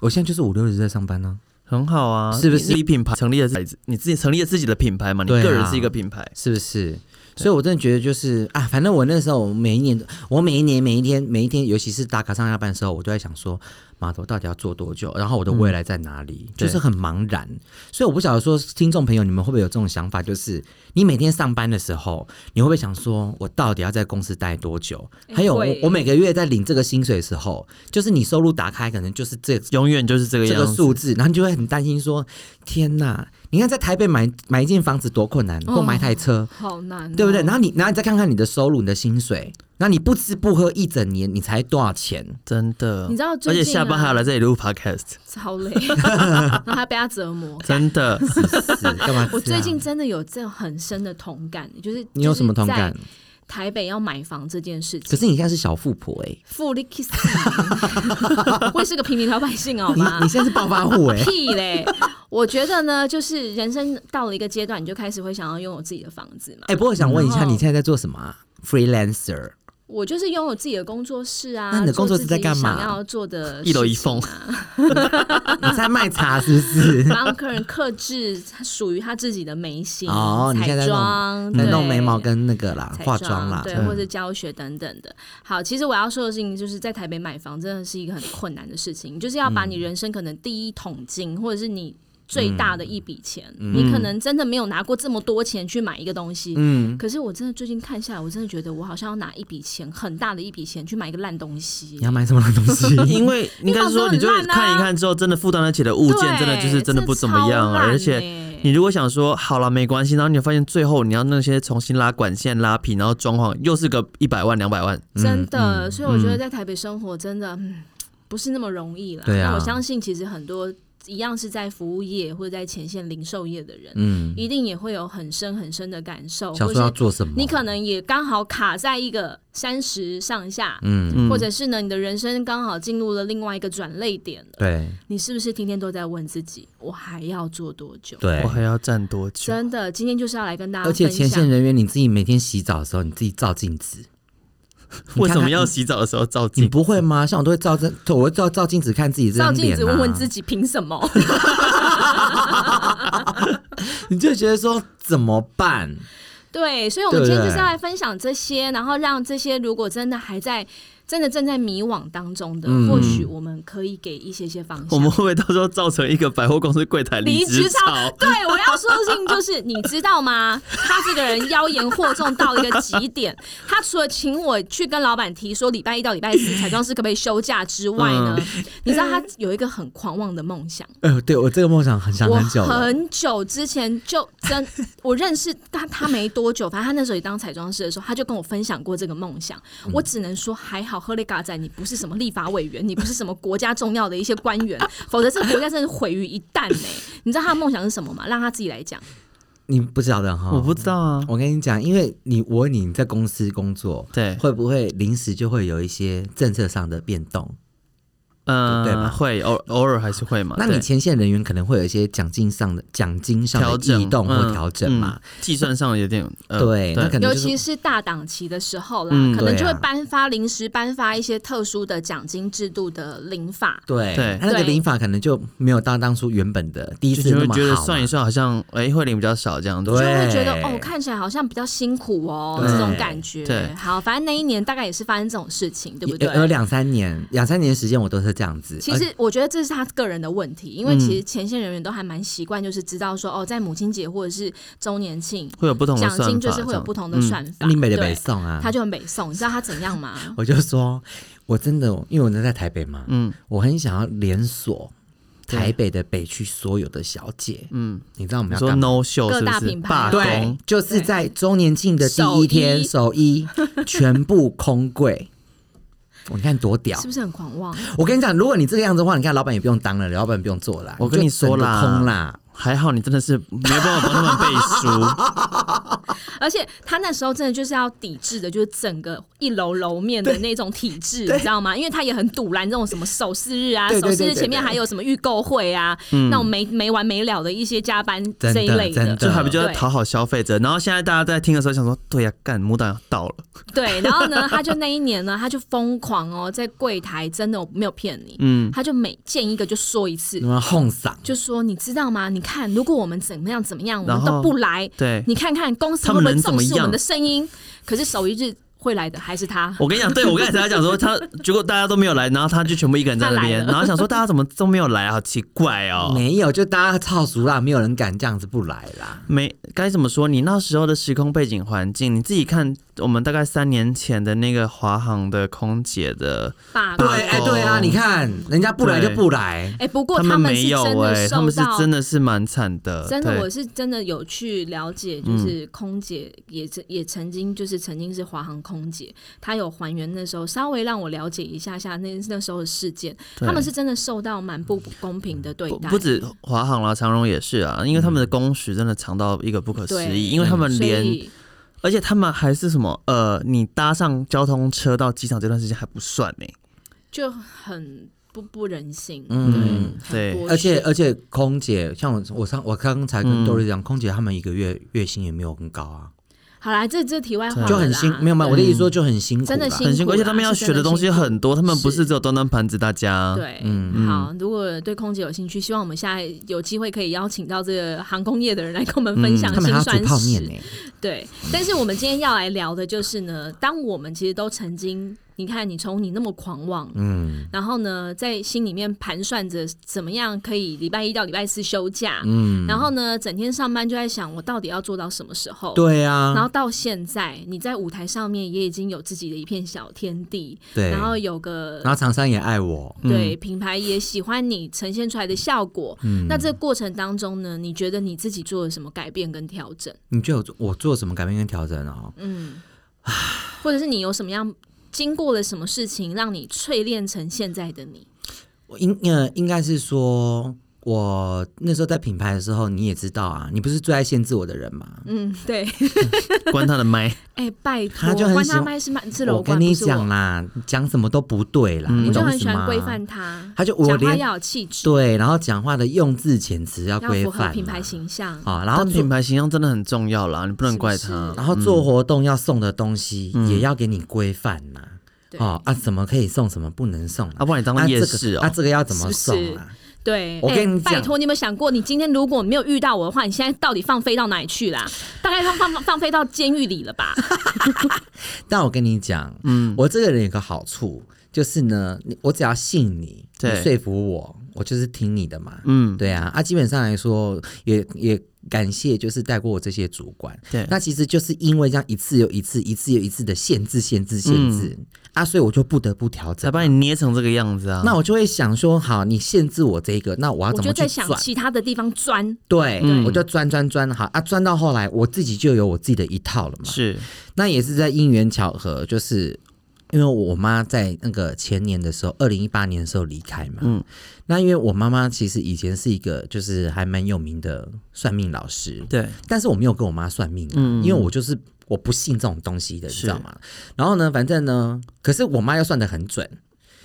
Speaker 4: 我现在就是五六日在上班呢、
Speaker 2: 很好啊，
Speaker 4: 是不是
Speaker 2: 你自己品牌成立了自己，你自己成立了自己的品牌嘛，你
Speaker 4: 对啊
Speaker 2: 个人是一个品牌，
Speaker 4: 是不是？所以，我真的觉得就是啊，反正我那时候，我每一年，我每一年，每一天，每一天，尤其是打卡上下班的时候，我都在想说，妈的，我到底要做多久？然后我的未来在哪里？就是
Speaker 2: 嗯对
Speaker 4: 很茫然。所以，我不晓得说，听众朋友，你们会不会有这种想法？就是你每天上班的时候，你会不会想说，我到底要在公司待多久？
Speaker 3: 哎
Speaker 4: 还有我
Speaker 3: 会，
Speaker 4: 我每个月在领这个薪水的时候，就是你收入打开，可能就是这
Speaker 2: 永远就是这个
Speaker 4: 这
Speaker 2: 样
Speaker 4: 个
Speaker 2: 子，
Speaker 4: 数字，然后你就会很担心说：天哪！你看在台北买买一间房子多困难，
Speaker 3: 哦
Speaker 4: 或买一台车，
Speaker 3: 好难哦、
Speaker 4: 对不对？然后你，然后你再看看你的收入、你的薪水，那你不吃不喝一整年，你才多
Speaker 3: <laughs>
Speaker 4: 少钱？
Speaker 2: 真的，
Speaker 3: 你知道
Speaker 2: 而
Speaker 3: 最
Speaker 2: 且
Speaker 3: 近
Speaker 2: 下班还要
Speaker 3: 啊
Speaker 2: 来这里录
Speaker 3: <laughs>
Speaker 2: podcast，
Speaker 3: 超
Speaker 4: <laughs>
Speaker 3: 累，然后还被他折磨。
Speaker 2: 真的，
Speaker 4: 是干嘛这样？
Speaker 3: 我最近真的有这种很深的同感，就是
Speaker 4: 啊你有什么同？感
Speaker 3: 就是？在台北要买房这件事情，
Speaker 4: 可是你现在是小富婆哎、
Speaker 3: 富力 kiss，我也
Speaker 4: <laughs>
Speaker 3: 是个平民老百姓好
Speaker 4: 你
Speaker 3: 吗？
Speaker 4: 你现在是暴发户哎、
Speaker 3: <laughs> 屁嘞！我觉得呢，就是人生到了一个阶段，你就开始会想要拥有自己的房子嘛。
Speaker 4: 哎、不过我想问一下，
Speaker 3: 然后
Speaker 4: 你现在在做什么、啊、？freelancer
Speaker 3: <laughs> 我就是拥有自己的工作室啊，
Speaker 4: 那你的工作室
Speaker 3: 做自己
Speaker 4: 在干嘛
Speaker 3: 想要做的
Speaker 2: 一楼一凤
Speaker 3: <laughs> 事情啊，
Speaker 4: 你在卖茶是不
Speaker 3: <laughs>
Speaker 4: 是？
Speaker 3: 帮客人克制属于他自己的眉形、
Speaker 4: 哦你现
Speaker 3: 彩
Speaker 4: 在在弄
Speaker 3: 妆、
Speaker 4: 在弄
Speaker 3: 对
Speaker 4: 眉毛跟那个啦，
Speaker 3: 彩
Speaker 4: 化妆啦，
Speaker 3: 对，
Speaker 4: 嗯
Speaker 3: 或者教学等等的。好，其实我要说的事情就是在台北买房真的是一个很困难的事情，你就是要把你
Speaker 4: 嗯
Speaker 3: 人生可能第一桶金，或者是你。最大的一笔钱，
Speaker 4: 嗯
Speaker 3: 你可能真的没有拿过这么多钱去买一个东西。嗯，可是我真的最近看下来，我真的觉得我好像要拿一笔钱，很大的一笔钱去买一个烂东西
Speaker 4: 你。要买什么东
Speaker 3: <laughs>
Speaker 4: 西？
Speaker 2: 因为应该是说，你就看一看之后，真的负担得起的物件，
Speaker 3: 啊对
Speaker 2: 真的就是真的不怎么样，啊
Speaker 3: 这超烂
Speaker 2: 而且。
Speaker 3: 欸
Speaker 2: 你如果想说好了没关系，然后你发现最后你要那些重新拉管线、拉皮，然后装潢又是个一百万、两百万，
Speaker 4: 嗯
Speaker 3: 真的，所以我觉得在台北生活真的、嗯、不是那么容易啦。
Speaker 4: 对啊
Speaker 3: 那我相信其实很多一样是在服务业或者在前线零售业的人，
Speaker 4: 嗯，
Speaker 3: 一定也会有很深很深的感受，
Speaker 4: 想
Speaker 3: 或
Speaker 4: 说要
Speaker 3: 是
Speaker 4: 做什么？
Speaker 3: 你可能也刚好卡在一个三十上下。
Speaker 4: 嗯，
Speaker 2: 嗯
Speaker 3: 或者是呢，你的人生刚好进入了另外一个转类点了，
Speaker 4: 对
Speaker 3: 你是不是天天都在问自己，我还要做多久？
Speaker 4: 对
Speaker 2: 我，还要站多久？
Speaker 3: 真的，今天就是要来跟大家
Speaker 4: 而且
Speaker 3: 分
Speaker 4: 前线
Speaker 3: 享。
Speaker 4: 人员你自己每天洗澡的时候，你自己照镜子，你
Speaker 2: 为
Speaker 4: 看
Speaker 2: 什
Speaker 4: 看
Speaker 2: 么要？洗澡的时候照
Speaker 4: 你
Speaker 2: 镜？
Speaker 4: 不会吗？像我都会照镜，我会照照镜子看自己这
Speaker 3: 照
Speaker 4: 张
Speaker 3: 镜
Speaker 4: 脸、啊，
Speaker 3: 子问问自己，凭什么？
Speaker 4: 你就觉得说怎么办？
Speaker 3: 对，所以我们今
Speaker 4: 对
Speaker 3: 天
Speaker 4: 不
Speaker 3: 就是
Speaker 4: 对
Speaker 3: 要来分享这些，然后让这些如果真的还在真的正在迷惘当中的，
Speaker 4: 嗯
Speaker 3: 或许我们可以给一些些方向。
Speaker 2: 我们会不会到时候造成一个百货公司柜台
Speaker 3: 离
Speaker 2: 职
Speaker 3: 职潮， <laughs> 对我要说的事情就是，你知道吗？他这个人妖言惑众到一个极点。他除了请我去跟老板提说礼拜一到礼拜四彩妆师可不可以休假之外呢，
Speaker 4: 嗯
Speaker 3: 你知道他有一个很狂妄的梦想。
Speaker 4: 呃，对我这个梦想很想
Speaker 3: 我
Speaker 4: 很久了，
Speaker 3: 很久之前就真，我认识他他没多久，反正他那时候也当彩妆师的时候，他就跟我分享过这个梦想。我只能说还好，赫雷嘎仔，你不是什么立法委员，你不是什么国家重要的一些官员，否则这个国家真的毁于一旦呢、你知道他的梦想是什么吗？让他自己来讲。
Speaker 4: 你不知道的哈。
Speaker 2: 我不知道啊。
Speaker 4: 我跟你讲，因为你我问你你在公司工作，
Speaker 2: 对
Speaker 4: 会不会临时就会有一些政策上的变动？
Speaker 2: 嗯，
Speaker 4: 对吧
Speaker 2: 会偶偶尔还是会嘛。
Speaker 4: 那你
Speaker 2: 啊对
Speaker 4: 前线人员可能会有一些奖金上的奖金上
Speaker 2: 调
Speaker 4: 的
Speaker 2: 整
Speaker 4: 异动或
Speaker 2: 嗯
Speaker 4: 调整嘛？
Speaker 2: 嗯计算上有点呃
Speaker 4: 对那可能
Speaker 3: 尤
Speaker 4: 就是
Speaker 3: 其是大档期的时候啦，
Speaker 2: 嗯
Speaker 3: 可能
Speaker 4: 对
Speaker 3: 就会
Speaker 4: 啊
Speaker 3: 颁发临时颁发一些特殊的奖金制度的零法。
Speaker 4: 对
Speaker 2: 对
Speaker 4: 他那个
Speaker 3: 对
Speaker 4: 领法可能就没有当当初原本的第一
Speaker 2: 就
Speaker 4: 次
Speaker 2: 就
Speaker 4: 那
Speaker 2: 会
Speaker 4: 么
Speaker 2: 觉得
Speaker 4: 好嘛啊
Speaker 2: 算一算好像哎会领比较少这样子
Speaker 3: 就
Speaker 4: 对。
Speaker 3: 会觉得哦，看起来好像比较辛苦哦，
Speaker 4: 对
Speaker 3: 这种感觉。
Speaker 2: 对
Speaker 3: 好，反正那一年大概也是发生这种事情，对不
Speaker 4: 有有
Speaker 3: 对？
Speaker 4: 两呃三年，两三年时间我都是这样子。
Speaker 3: 其实我觉得这是他个人的问题，因为
Speaker 4: 嗯
Speaker 3: 其实前线人员都还蛮习惯，就是知道说哦，在母亲节或者是周年庆，
Speaker 2: 会有不同的
Speaker 3: 奖
Speaker 2: 算法，嗯
Speaker 3: 金就是会有不同的算法。
Speaker 4: 嗯你美的
Speaker 3: 对，
Speaker 4: 北送啊，
Speaker 3: 他就很北宋，你知道他怎样
Speaker 4: <laughs>
Speaker 3: 吗？
Speaker 4: 我就说，我真的，因为我人在台北嘛，
Speaker 2: 嗯
Speaker 4: 我很想要连锁
Speaker 2: 对
Speaker 4: 台北的北区所有的小姐，
Speaker 2: 嗯，嗯
Speaker 4: 你知道我们
Speaker 2: 你
Speaker 4: 要
Speaker 2: 说
Speaker 4: 干嘛？
Speaker 2: no show
Speaker 3: 各
Speaker 2: 是
Speaker 3: 大
Speaker 2: 不是
Speaker 3: 品牌
Speaker 2: 罢
Speaker 4: 对
Speaker 2: 工？，
Speaker 4: 就是在周年庆的第一天，首一
Speaker 3: <laughs>
Speaker 4: 全部空柜。你看多屌
Speaker 3: 是！不是很狂妄？
Speaker 4: 我跟你讲，如果你这个样子的话，你看老板也不用当了，老板也不用做了，
Speaker 2: 我跟你说
Speaker 4: 就整个
Speaker 2: 啦
Speaker 4: 空啦，
Speaker 2: 还好你真的是没有办法帮他们背
Speaker 4: <laughs>
Speaker 2: 书，
Speaker 3: 而且他那时候真的就是要抵制的，就是整个一楼楼面的那种体制，你知道吗？因为他也很堵拦这种什么首饰日啊，
Speaker 4: 对对
Speaker 3: 首
Speaker 4: 对
Speaker 3: 饰日前面
Speaker 4: 对对
Speaker 3: 还有什么预购会啊，
Speaker 2: 嗯
Speaker 3: 那种没没完没了的一些加班
Speaker 4: 真的
Speaker 3: 这一类
Speaker 4: 真的
Speaker 2: 就还比较讨好消费者。然后现在大家在听的时候想说，对呀、干母党要到了，
Speaker 3: 对，然后呢，他就那一年呢，他就疯狂哦，在柜台真的我没有骗你，
Speaker 2: 嗯，
Speaker 3: 他就每见一个就说一次
Speaker 4: 你，们哄嗓，
Speaker 3: 就说你知道吗？你看，如果我们怎么样怎么样，我们
Speaker 2: 然
Speaker 3: 都
Speaker 2: 后
Speaker 3: 不来，
Speaker 2: 对。
Speaker 3: 你看看公司
Speaker 2: 他
Speaker 3: 会
Speaker 2: 们
Speaker 3: 不会
Speaker 2: 能怎
Speaker 3: 重
Speaker 2: 么
Speaker 3: 视我们
Speaker 2: 样
Speaker 3: 的声音？可是首一日会来的还是他。
Speaker 2: 我跟你讲，对我刚才才讲说他，结果大家都没有来，然后他就全部一个人在那
Speaker 3: 他来
Speaker 2: 边，
Speaker 3: 了
Speaker 2: 然后想说大家怎么都没有来，啊好奇怪哦。
Speaker 4: 没有，就大家操熟啦，没有人敢这样子不来啦。
Speaker 2: 没该怎么说？你那时候的时空背景环境，你自己看，我们大概三年前的那个华航的空姐的，
Speaker 3: 罢
Speaker 4: 对，
Speaker 3: 工。
Speaker 4: 哎，对啊，你看人家不来就不来，
Speaker 3: 哎、不过
Speaker 2: 们
Speaker 3: 们是
Speaker 2: 没有
Speaker 3: 真
Speaker 2: 哎、
Speaker 3: 的
Speaker 2: 他
Speaker 3: 受
Speaker 2: 们是
Speaker 3: 到，
Speaker 2: 真的是蛮惨的，
Speaker 3: 真的
Speaker 2: 对
Speaker 3: 我是真的有去了解，就是空姐也曾也曾经就是曾经是华航空姐，她有还原那时候稍微让我了解一下下那那时候的事件，
Speaker 2: 对
Speaker 3: 他们是真的受到蛮不公平的对
Speaker 2: 不
Speaker 3: 待，
Speaker 2: 不止华航啦，长荣也是啊，因为他们的工时真的长到一个不可思
Speaker 3: 对
Speaker 2: 议，因为他们
Speaker 3: 嗯所
Speaker 2: 连，
Speaker 3: 以
Speaker 2: 而且他们还是什么呃，你搭上交通车到机场这段时间还不算欸呢、
Speaker 3: 就很不不人性，
Speaker 4: 嗯
Speaker 3: 对，很
Speaker 2: 对
Speaker 3: 剥
Speaker 4: 而且
Speaker 3: 削
Speaker 4: 而且空姐像我我上我刚才
Speaker 3: 嗯
Speaker 4: 跟豆瑞讲，空姐他们一个月月薪也没有很高啊，
Speaker 3: 好啦，这这题外话
Speaker 4: 就很辛没有没有，我的意思说就很辛苦啦，
Speaker 3: 真的辛
Speaker 2: 很辛苦，
Speaker 3: 苦
Speaker 2: 而且
Speaker 3: 啦
Speaker 2: 他们要
Speaker 3: 是
Speaker 2: 学
Speaker 3: 真的
Speaker 2: 的东
Speaker 3: 辛
Speaker 2: 西
Speaker 3: 苦
Speaker 2: 很多，他们不
Speaker 3: 是
Speaker 2: 是只有端端盘子，大家
Speaker 3: 对，
Speaker 4: 嗯
Speaker 3: 好，如果对空姐有兴趣，希望我们下在有机会可以邀请到这个航空业的人来跟我们分享
Speaker 4: 嗯他们
Speaker 3: 辛
Speaker 4: 还要
Speaker 3: 酸
Speaker 4: 煮泡面
Speaker 3: 史。
Speaker 4: 呢，
Speaker 3: 对，但是我们今天要来聊的就是呢，当我们其实都曾经，你看你从你那么狂妄。
Speaker 4: 嗯
Speaker 3: 然后呢，在心里面盘算着怎么样可以礼拜一到礼拜四休假，
Speaker 4: 嗯，
Speaker 3: 然后呢，整天上班就在想我到底要做到什么时候？
Speaker 4: 对
Speaker 3: 然后
Speaker 4: 啊，
Speaker 3: 到现在，你在舞台上面也已经有自己的一片小天地，
Speaker 4: 对，
Speaker 3: 然后有个
Speaker 4: 然后厂商也爱我，
Speaker 3: 对，品牌也喜欢你呈现出来的效果。
Speaker 4: 嗯
Speaker 3: 那这个过程当中呢，你觉得你自己做了什么改变跟调整？
Speaker 4: 你就有做我做什么改变跟调整哦？
Speaker 3: 嗯，或者是你有什么样经过了什么事情，让你淬炼成现在的你？
Speaker 4: 我应呃应该是说。我那时候在品牌的时候，你也知道啊，你不是最爱限制我的人吗？
Speaker 3: 嗯，对， <laughs>
Speaker 2: 关他的麦。
Speaker 3: 哎、拜托，
Speaker 4: 他就很
Speaker 3: 关
Speaker 4: 喜
Speaker 3: 他
Speaker 4: 欢
Speaker 3: 麦是麦是
Speaker 4: 我
Speaker 3: 楼管，
Speaker 4: 跟你
Speaker 3: 不是
Speaker 4: 讲啦，讲什么都不对啦，
Speaker 2: 嗯
Speaker 4: 你
Speaker 3: 我就
Speaker 4: 懂
Speaker 3: 很
Speaker 4: 意
Speaker 3: 喜
Speaker 4: 思
Speaker 3: 欢
Speaker 4: 吗
Speaker 3: 规范他，
Speaker 4: 他就我
Speaker 3: 讲话
Speaker 4: 连
Speaker 3: 要有气质，
Speaker 4: 对，然后讲话的用字遣词要
Speaker 3: 要
Speaker 4: 规
Speaker 3: 符合
Speaker 4: 范
Speaker 3: 品牌
Speaker 4: 嘛
Speaker 3: 形象。
Speaker 4: 好，然后
Speaker 2: 但
Speaker 4: 做
Speaker 2: 品牌形象真的很重要啦，你不能怪
Speaker 3: 是不
Speaker 2: 他
Speaker 3: 是。
Speaker 4: 然后做活动要送的东西也
Speaker 2: 嗯
Speaker 4: 要给你规范嘛。
Speaker 3: 对
Speaker 4: 哦啊，什么可以送，什么不能送啊
Speaker 2: 啊，不然你当
Speaker 4: 啊，
Speaker 2: 夜
Speaker 4: 这
Speaker 2: 市
Speaker 4: 个
Speaker 2: 哦
Speaker 4: 啊，。这个要怎么
Speaker 3: 是不
Speaker 4: 送
Speaker 3: 是
Speaker 4: 啊？
Speaker 3: 对，
Speaker 4: 我
Speaker 3: 哎
Speaker 4: 跟你
Speaker 3: 拜
Speaker 4: 讲
Speaker 3: 托，你有没有想过，你今天如果没有遇到我的话，你现在到底放飞到哪里去啦？大概放放放飞到监狱里了吧？
Speaker 4: 但我跟你讲，嗯，我这个人有个好处，就是呢，你我只要信你，
Speaker 2: 对
Speaker 4: 你说服我，我就是听你的嘛。
Speaker 2: 嗯，
Speaker 4: 对啊，啊，基本上来说，也也感谢就是带过我这些主管。
Speaker 2: 对
Speaker 4: 那其实就是因为这样一次又一次，一次又一次的限制、限制、限制、
Speaker 2: 嗯
Speaker 4: 啊，所以我就不得不调
Speaker 2: 才
Speaker 4: 整。
Speaker 2: 把你捏成这个样子啊。
Speaker 4: 那我就会想说，好，你限制我这个，那我
Speaker 3: 我
Speaker 4: 要啊怎
Speaker 3: 就
Speaker 4: 么去
Speaker 3: 在想
Speaker 4: 转？
Speaker 3: 其嗯他的地方钻，
Speaker 4: 对，我就钻钻钻，好啊，钻到后来，我自己就有我自己的一套了嘛。
Speaker 2: 是
Speaker 4: 那也是在因缘巧合，就是因为我妈在那个前年的时候，二零一八年的时候离开嘛。嗯，那因为我妈妈其实以前是一个就是还蛮有名的算命老师，
Speaker 2: 对，
Speaker 4: 但是我没有跟我妈算命、啊，因为我就是我不信这种东西的，你知道吗？然后呢，反正呢，可是我妈又算得很准。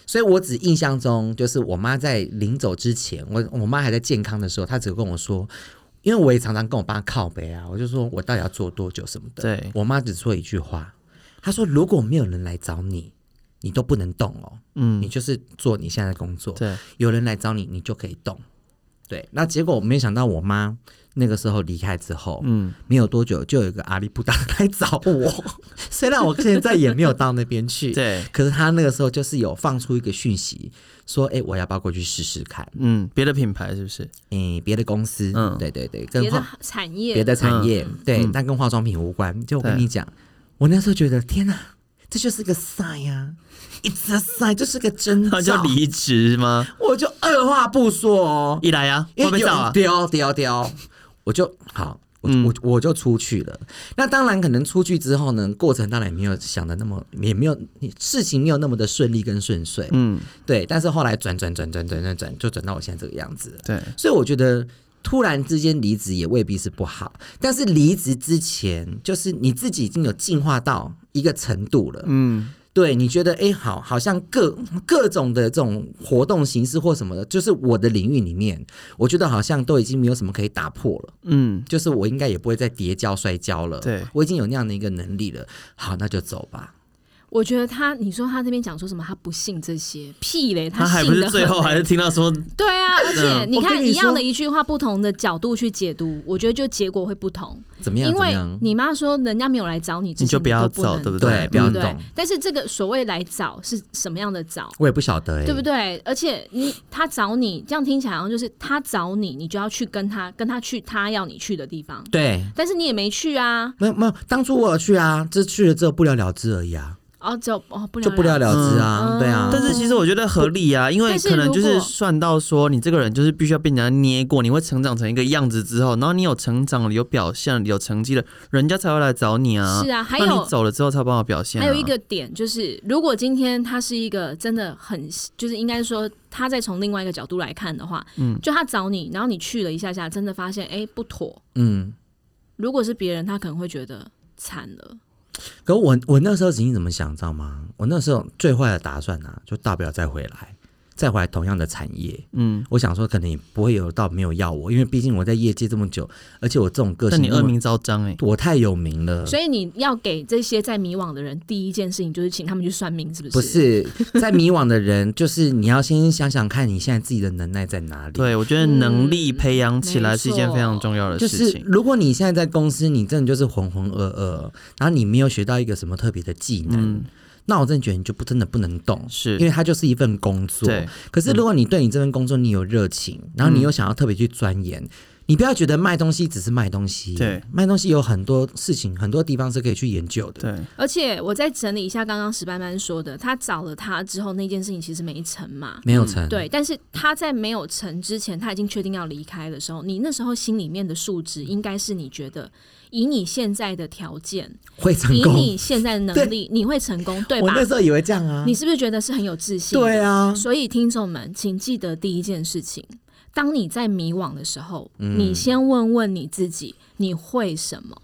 Speaker 4: 所以我只印象中，就是我妈在临走之前，我我妈还在健康的时候，她只跟我说，因为我也常常跟我爸靠北啊，我就说我到底要做多久什么的。
Speaker 2: 对
Speaker 4: 我妈只说一句话，她说如果没有人来找你，你都不能动哦，嗯，你就是做你现在的工作，
Speaker 2: 对，
Speaker 4: 有人来找你，你就可以动。对，那结果我没想到我妈那个时候离开之后，嗯，没有多久就有一个阿里不达来找
Speaker 2: <laughs>
Speaker 4: 我，虽然我现在也没有到那边去，
Speaker 2: 对
Speaker 4: 可是他那个时候就是有放出一个讯息，说，哎、我要不要过去试试看？
Speaker 2: 嗯，别的品牌是不 <laughs> 是？
Speaker 4: 诶、别的公司，
Speaker 2: 嗯
Speaker 4: 对对对，跟
Speaker 3: 别的
Speaker 4: 化
Speaker 3: 产业，
Speaker 4: 别的产业，对，但跟化妆品无关。就我跟你讲，我那时候觉得，天哪、这就是个 sign 啊，it's a sign，这是个
Speaker 2: <laughs>
Speaker 4: 征兆。
Speaker 2: 那就离职吗？
Speaker 4: 我就二话不说哦，
Speaker 2: 一来啊，
Speaker 4: 因
Speaker 2: 会
Speaker 4: 为
Speaker 2: 被
Speaker 4: 有
Speaker 2: 照啊。嗯
Speaker 4: 丢丢丢，我就好，我、我我就出去了。那当然，可能出去之后呢，过程当然也没有想的那么，也没有事情没有那么的顺利跟顺遂，
Speaker 2: 嗯，
Speaker 4: 对。但是后来转转转转转转转，就转到我现在这个样子了。
Speaker 2: 对，
Speaker 4: 所以我觉得突然之间离职也未必是不好，但是离职之前，就是你自己已经有进化到一个程度了，嗯。对，你觉得哎，好，好像各各种的这种活动形式或什么的，就是我的领域里面，我觉得好像都已经没有什么可以打破了，
Speaker 2: 嗯，
Speaker 4: 就是我应该也不会再叠跤摔跤了，
Speaker 2: 对
Speaker 4: 我已经有那样的一个能力了，好，那就走吧。
Speaker 3: 我觉得他，你说他这边讲说什么？他不信这些屁嘞，
Speaker 2: 他还
Speaker 3: 信
Speaker 2: 不
Speaker 3: 的
Speaker 2: 是最后还是听到说，
Speaker 3: 对啊，而且你
Speaker 4: 我跟
Speaker 3: 看
Speaker 4: 你
Speaker 3: 一样
Speaker 4: 说
Speaker 3: 的一句话，不同的角度去解读，我觉得就结果会不同。
Speaker 4: 怎么样？
Speaker 3: 因
Speaker 4: 怎么
Speaker 3: 为
Speaker 4: 样？
Speaker 3: 你妈说人家没有来找你之前，
Speaker 2: 你就不要
Speaker 3: 都能
Speaker 2: 走，对嗯不
Speaker 4: 对不
Speaker 2: 不要
Speaker 4: 要
Speaker 2: 动
Speaker 3: 对不对
Speaker 4: 动？
Speaker 3: 但是这个所谓来找是什么样的找？
Speaker 4: 我也不晓得、哎，
Speaker 3: 对不？对？而且你他找你，这样听起来好像就是他找你，你就要去跟他跟他去他要你去的地方，
Speaker 4: 对，
Speaker 3: 但是你也没去啊。
Speaker 4: 没有没有，当初我有去啊，这去了之后不了了之而已啊。
Speaker 3: 哦，就哦不了
Speaker 4: 就不了了之啊，
Speaker 3: 嗯
Speaker 4: 对啊。
Speaker 2: 但是其实我觉得合理啊，因为
Speaker 3: 但是
Speaker 2: 可能就
Speaker 3: 如
Speaker 2: 是
Speaker 3: 果
Speaker 2: 算到说你这个人就是必须要被人家捏过，你会成长成一个样子之后，然后你有成长了、有表现了、有成绩了，人家才会来找你啊。
Speaker 3: 是啊，还
Speaker 2: 那
Speaker 3: 有
Speaker 2: 你走了之后才有办法表现、啊。
Speaker 3: 还有一个点就是，如果今天他是一个真的很，就是应该说他再从另外一个角度来看的话，嗯，就他找你，然后你去了一下下，真的发现哎、诶不妥。
Speaker 4: 嗯，
Speaker 3: 如果是别人，他可能会觉得惨了。
Speaker 4: 可我我那时候曾经怎么想，知道吗？我那时候最坏的打算啊，就大不了再回来，再回来同样的产业。嗯，我想说可能也不会有到没有要我，因为毕竟我在业界这么久，而且我这种个性
Speaker 2: 但你
Speaker 4: 那么，
Speaker 2: 恶名昭彰哎、
Speaker 4: 我太有名了。
Speaker 3: 所以你要给这些在迷惘的人第一件事情就是请他们去算命，是不是？
Speaker 4: 不
Speaker 3: <laughs>
Speaker 4: 是在迷惘的人，就是你要先想想看你现在自己的能耐在哪里。
Speaker 2: 对，我觉得能力
Speaker 3: 嗯
Speaker 2: 培养起来是一件非常重要的
Speaker 4: 就
Speaker 2: 事
Speaker 4: 是
Speaker 2: 情。
Speaker 4: 如果你现在在公司，你真的就是浑浑噩噩，然后你没有学到一个什么特别的技能，
Speaker 2: 嗯
Speaker 4: 那我真的觉得你就不真的不能动，
Speaker 2: 是
Speaker 4: 因为它就是一份工作
Speaker 2: 对。嗯
Speaker 4: 可是如果你对你这份工作你有热情，然后你又想要特别去钻研。你不要觉得卖东西只是卖东西，
Speaker 2: 对，
Speaker 4: 卖东西有很多事情，很多地方是可以去研究的。
Speaker 2: 对，
Speaker 3: 而且我再整理一下刚刚史班班说的，他找了他之后那件事情其实没成嘛。
Speaker 4: 没有成，
Speaker 3: 对，但是他在没有成之前，他已经确定要离开的时候，你那时候心里面的数值应该是你觉得，以你现在的条件，
Speaker 4: 会成
Speaker 3: 以
Speaker 4: 功。
Speaker 3: 你现在的能力，你会成功，对
Speaker 4: 我
Speaker 3: 吧
Speaker 4: 那？时候以为这样啊，
Speaker 3: 你是不是觉得是很有自信？
Speaker 4: 对。啊，
Speaker 3: 所以听众们，请记得第一件事情：当你在迷惘的时候，
Speaker 4: 嗯
Speaker 3: 你先问问你自己，你会什么？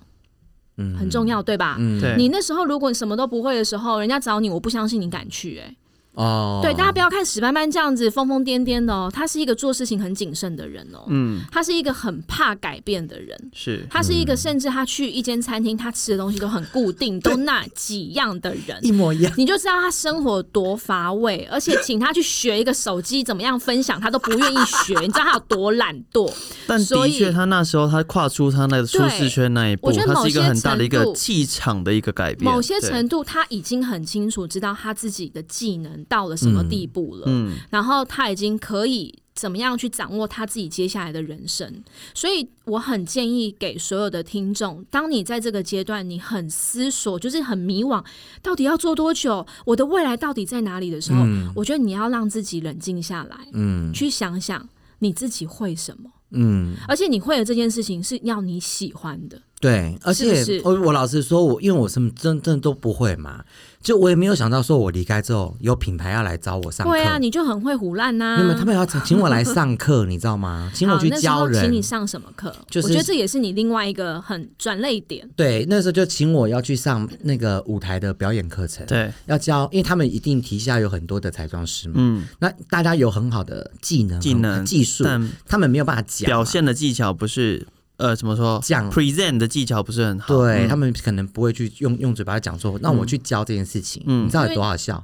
Speaker 3: 嗯，很重要，对吧？
Speaker 2: 对，
Speaker 3: 你那时候如果你什么都不会的时候，人家找你，我不相信你敢去、欸，
Speaker 4: 哦，
Speaker 3: 对，大家不要看史班班这样子疯疯癫癫的哦，他是一个做事情很谨慎的人哦，
Speaker 2: 嗯，
Speaker 3: 他是一个很怕改变的人，
Speaker 2: 是
Speaker 3: 他是一个甚至他去一间餐厅，他吃的东西都很固定，都那几样的人。
Speaker 4: 一模一样。
Speaker 3: 你就知道他生活多乏味，而且请他去学一个手机怎么样分享，他都不愿意学。你知道他有多懒惰？
Speaker 2: 但
Speaker 3: 所
Speaker 2: 的
Speaker 3: 以
Speaker 2: 确，他那时候他跨出他那个舒适圈那一步，
Speaker 3: 对我觉得
Speaker 2: 他
Speaker 3: 某
Speaker 2: 是一个
Speaker 3: 些
Speaker 2: 很大的一
Speaker 3: 程
Speaker 2: 个
Speaker 3: 度
Speaker 2: 气场的一个改变。
Speaker 3: 某些
Speaker 2: 对
Speaker 3: 程度，他已经很清楚知道他自己的技能到了什么地步了，
Speaker 4: 嗯
Speaker 3: 然后他已经可以怎么样去掌握他自己接下来的人生。所以，我很建议给所有的听众，当你在这个阶段，你很思索，就是很迷惘，到底要做多久，我的未来到底在哪里的时候，我觉得你要让自己冷静下来，
Speaker 4: 嗯
Speaker 3: 去想想你自己会什么，
Speaker 4: 嗯，
Speaker 3: 而且你会的这件事情是要你喜欢的。
Speaker 4: 对，而
Speaker 3: 是不
Speaker 4: 且
Speaker 3: 是
Speaker 4: 我我老实说，我因为我什么真真的都不会嘛，就我也没有想到说我离开之后有品牌要来找我上课。
Speaker 3: 对啊，你就很会胡乱啊呐、
Speaker 4: 没有他们要请我来上课，你知道吗？请我
Speaker 3: 好，
Speaker 4: 去
Speaker 3: 那时
Speaker 4: 教
Speaker 3: 候
Speaker 4: 人
Speaker 3: 请。你上什么课？
Speaker 4: 就是
Speaker 3: 我觉得这也是你另外一个很转泪点。
Speaker 4: 对，那时候就请我要去上那个舞台的表演课程，
Speaker 2: 对，
Speaker 4: 要教，因为他们一定旗下有很多的彩妆师嘛，
Speaker 2: 嗯，
Speaker 4: 那大家有很好的技能、
Speaker 2: 技能
Speaker 4: 技术，
Speaker 2: 但
Speaker 4: 他们没有办法讲
Speaker 3: 啊
Speaker 4: 嘛啊
Speaker 2: 表现的技巧不是呃怎么说
Speaker 4: 讲
Speaker 2: ，present 的技巧不是很好。
Speaker 4: 对、
Speaker 2: 嗯
Speaker 4: 他们可能不会去用用嘴巴讲说，那我去教这件事情，
Speaker 2: 嗯
Speaker 4: 你知道有多好笑，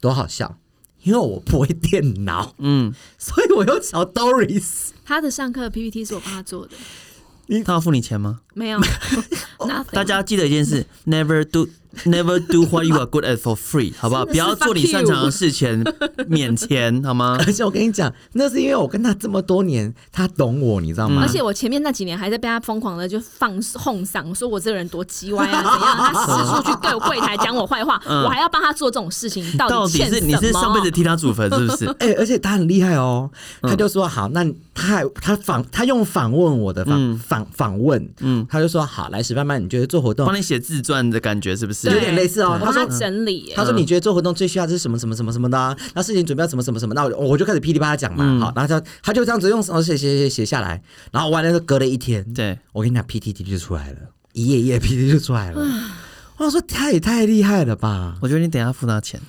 Speaker 4: 多好笑，因为我不会电脑，
Speaker 2: 嗯，
Speaker 4: <laughs> 所以我又找 Doris， <laughs>
Speaker 3: 他的上课 PPT 是我帮他做的，
Speaker 2: 他要付你钱吗？
Speaker 4: <laughs>
Speaker 3: 没有，nothing。
Speaker 2: 大家记得一件事，never do <laughs> never do what you are good at for free，好不好？
Speaker 3: <laughs> 真的
Speaker 2: 不
Speaker 3: 是
Speaker 2: 要做你
Speaker 3: fuck you
Speaker 2: 擅长的事
Speaker 3: <laughs>
Speaker 2: 情，免钱好吗？
Speaker 4: 而且我跟你讲，那是因为我跟他这么多年，他懂我，你知道
Speaker 2: 嗯
Speaker 4: 吗？
Speaker 3: 而且我前面那几年还在被他疯狂的就放哄嗓，我说我这个人多叽歪啊，怎样？他四处去对柜台讲我坏话，
Speaker 4: 嗯
Speaker 3: 我还要帮他做这种事情，你
Speaker 2: 到
Speaker 3: 底
Speaker 2: 底
Speaker 3: 欠
Speaker 2: 是
Speaker 3: 什么？
Speaker 2: 你是上辈子踢他祖坟是不是？
Speaker 4: 哎、而且他很厉害哦，
Speaker 2: 嗯
Speaker 4: 他就说好，那他还他访他用访问我的访访访问，嗯，他就说好，来史班班，你觉得做活动
Speaker 2: 帮你写自传的感觉是不是？
Speaker 3: 对
Speaker 4: 有点类似哦
Speaker 3: 我
Speaker 4: 他
Speaker 3: 帮
Speaker 4: 说
Speaker 3: 他整理耶、
Speaker 4: 他
Speaker 2: 嗯
Speaker 4: 说：“你觉得做活动最需要的是什么什么什么什么的、啊？那事情准备要什么什么什么？那我我就开始噼里啪啦讲嘛。
Speaker 2: 嗯
Speaker 4: 好，然后他他就这样子用哦手写写写写下来，然后完了就隔了一天，
Speaker 2: 对，
Speaker 4: 我跟你讲，PTT 就出来了，一页一页 PTT 就出来了。
Speaker 2: 啊
Speaker 4: 我想说他也太厉害了吧！
Speaker 2: 我觉得你等一下付他 <laughs> 钱，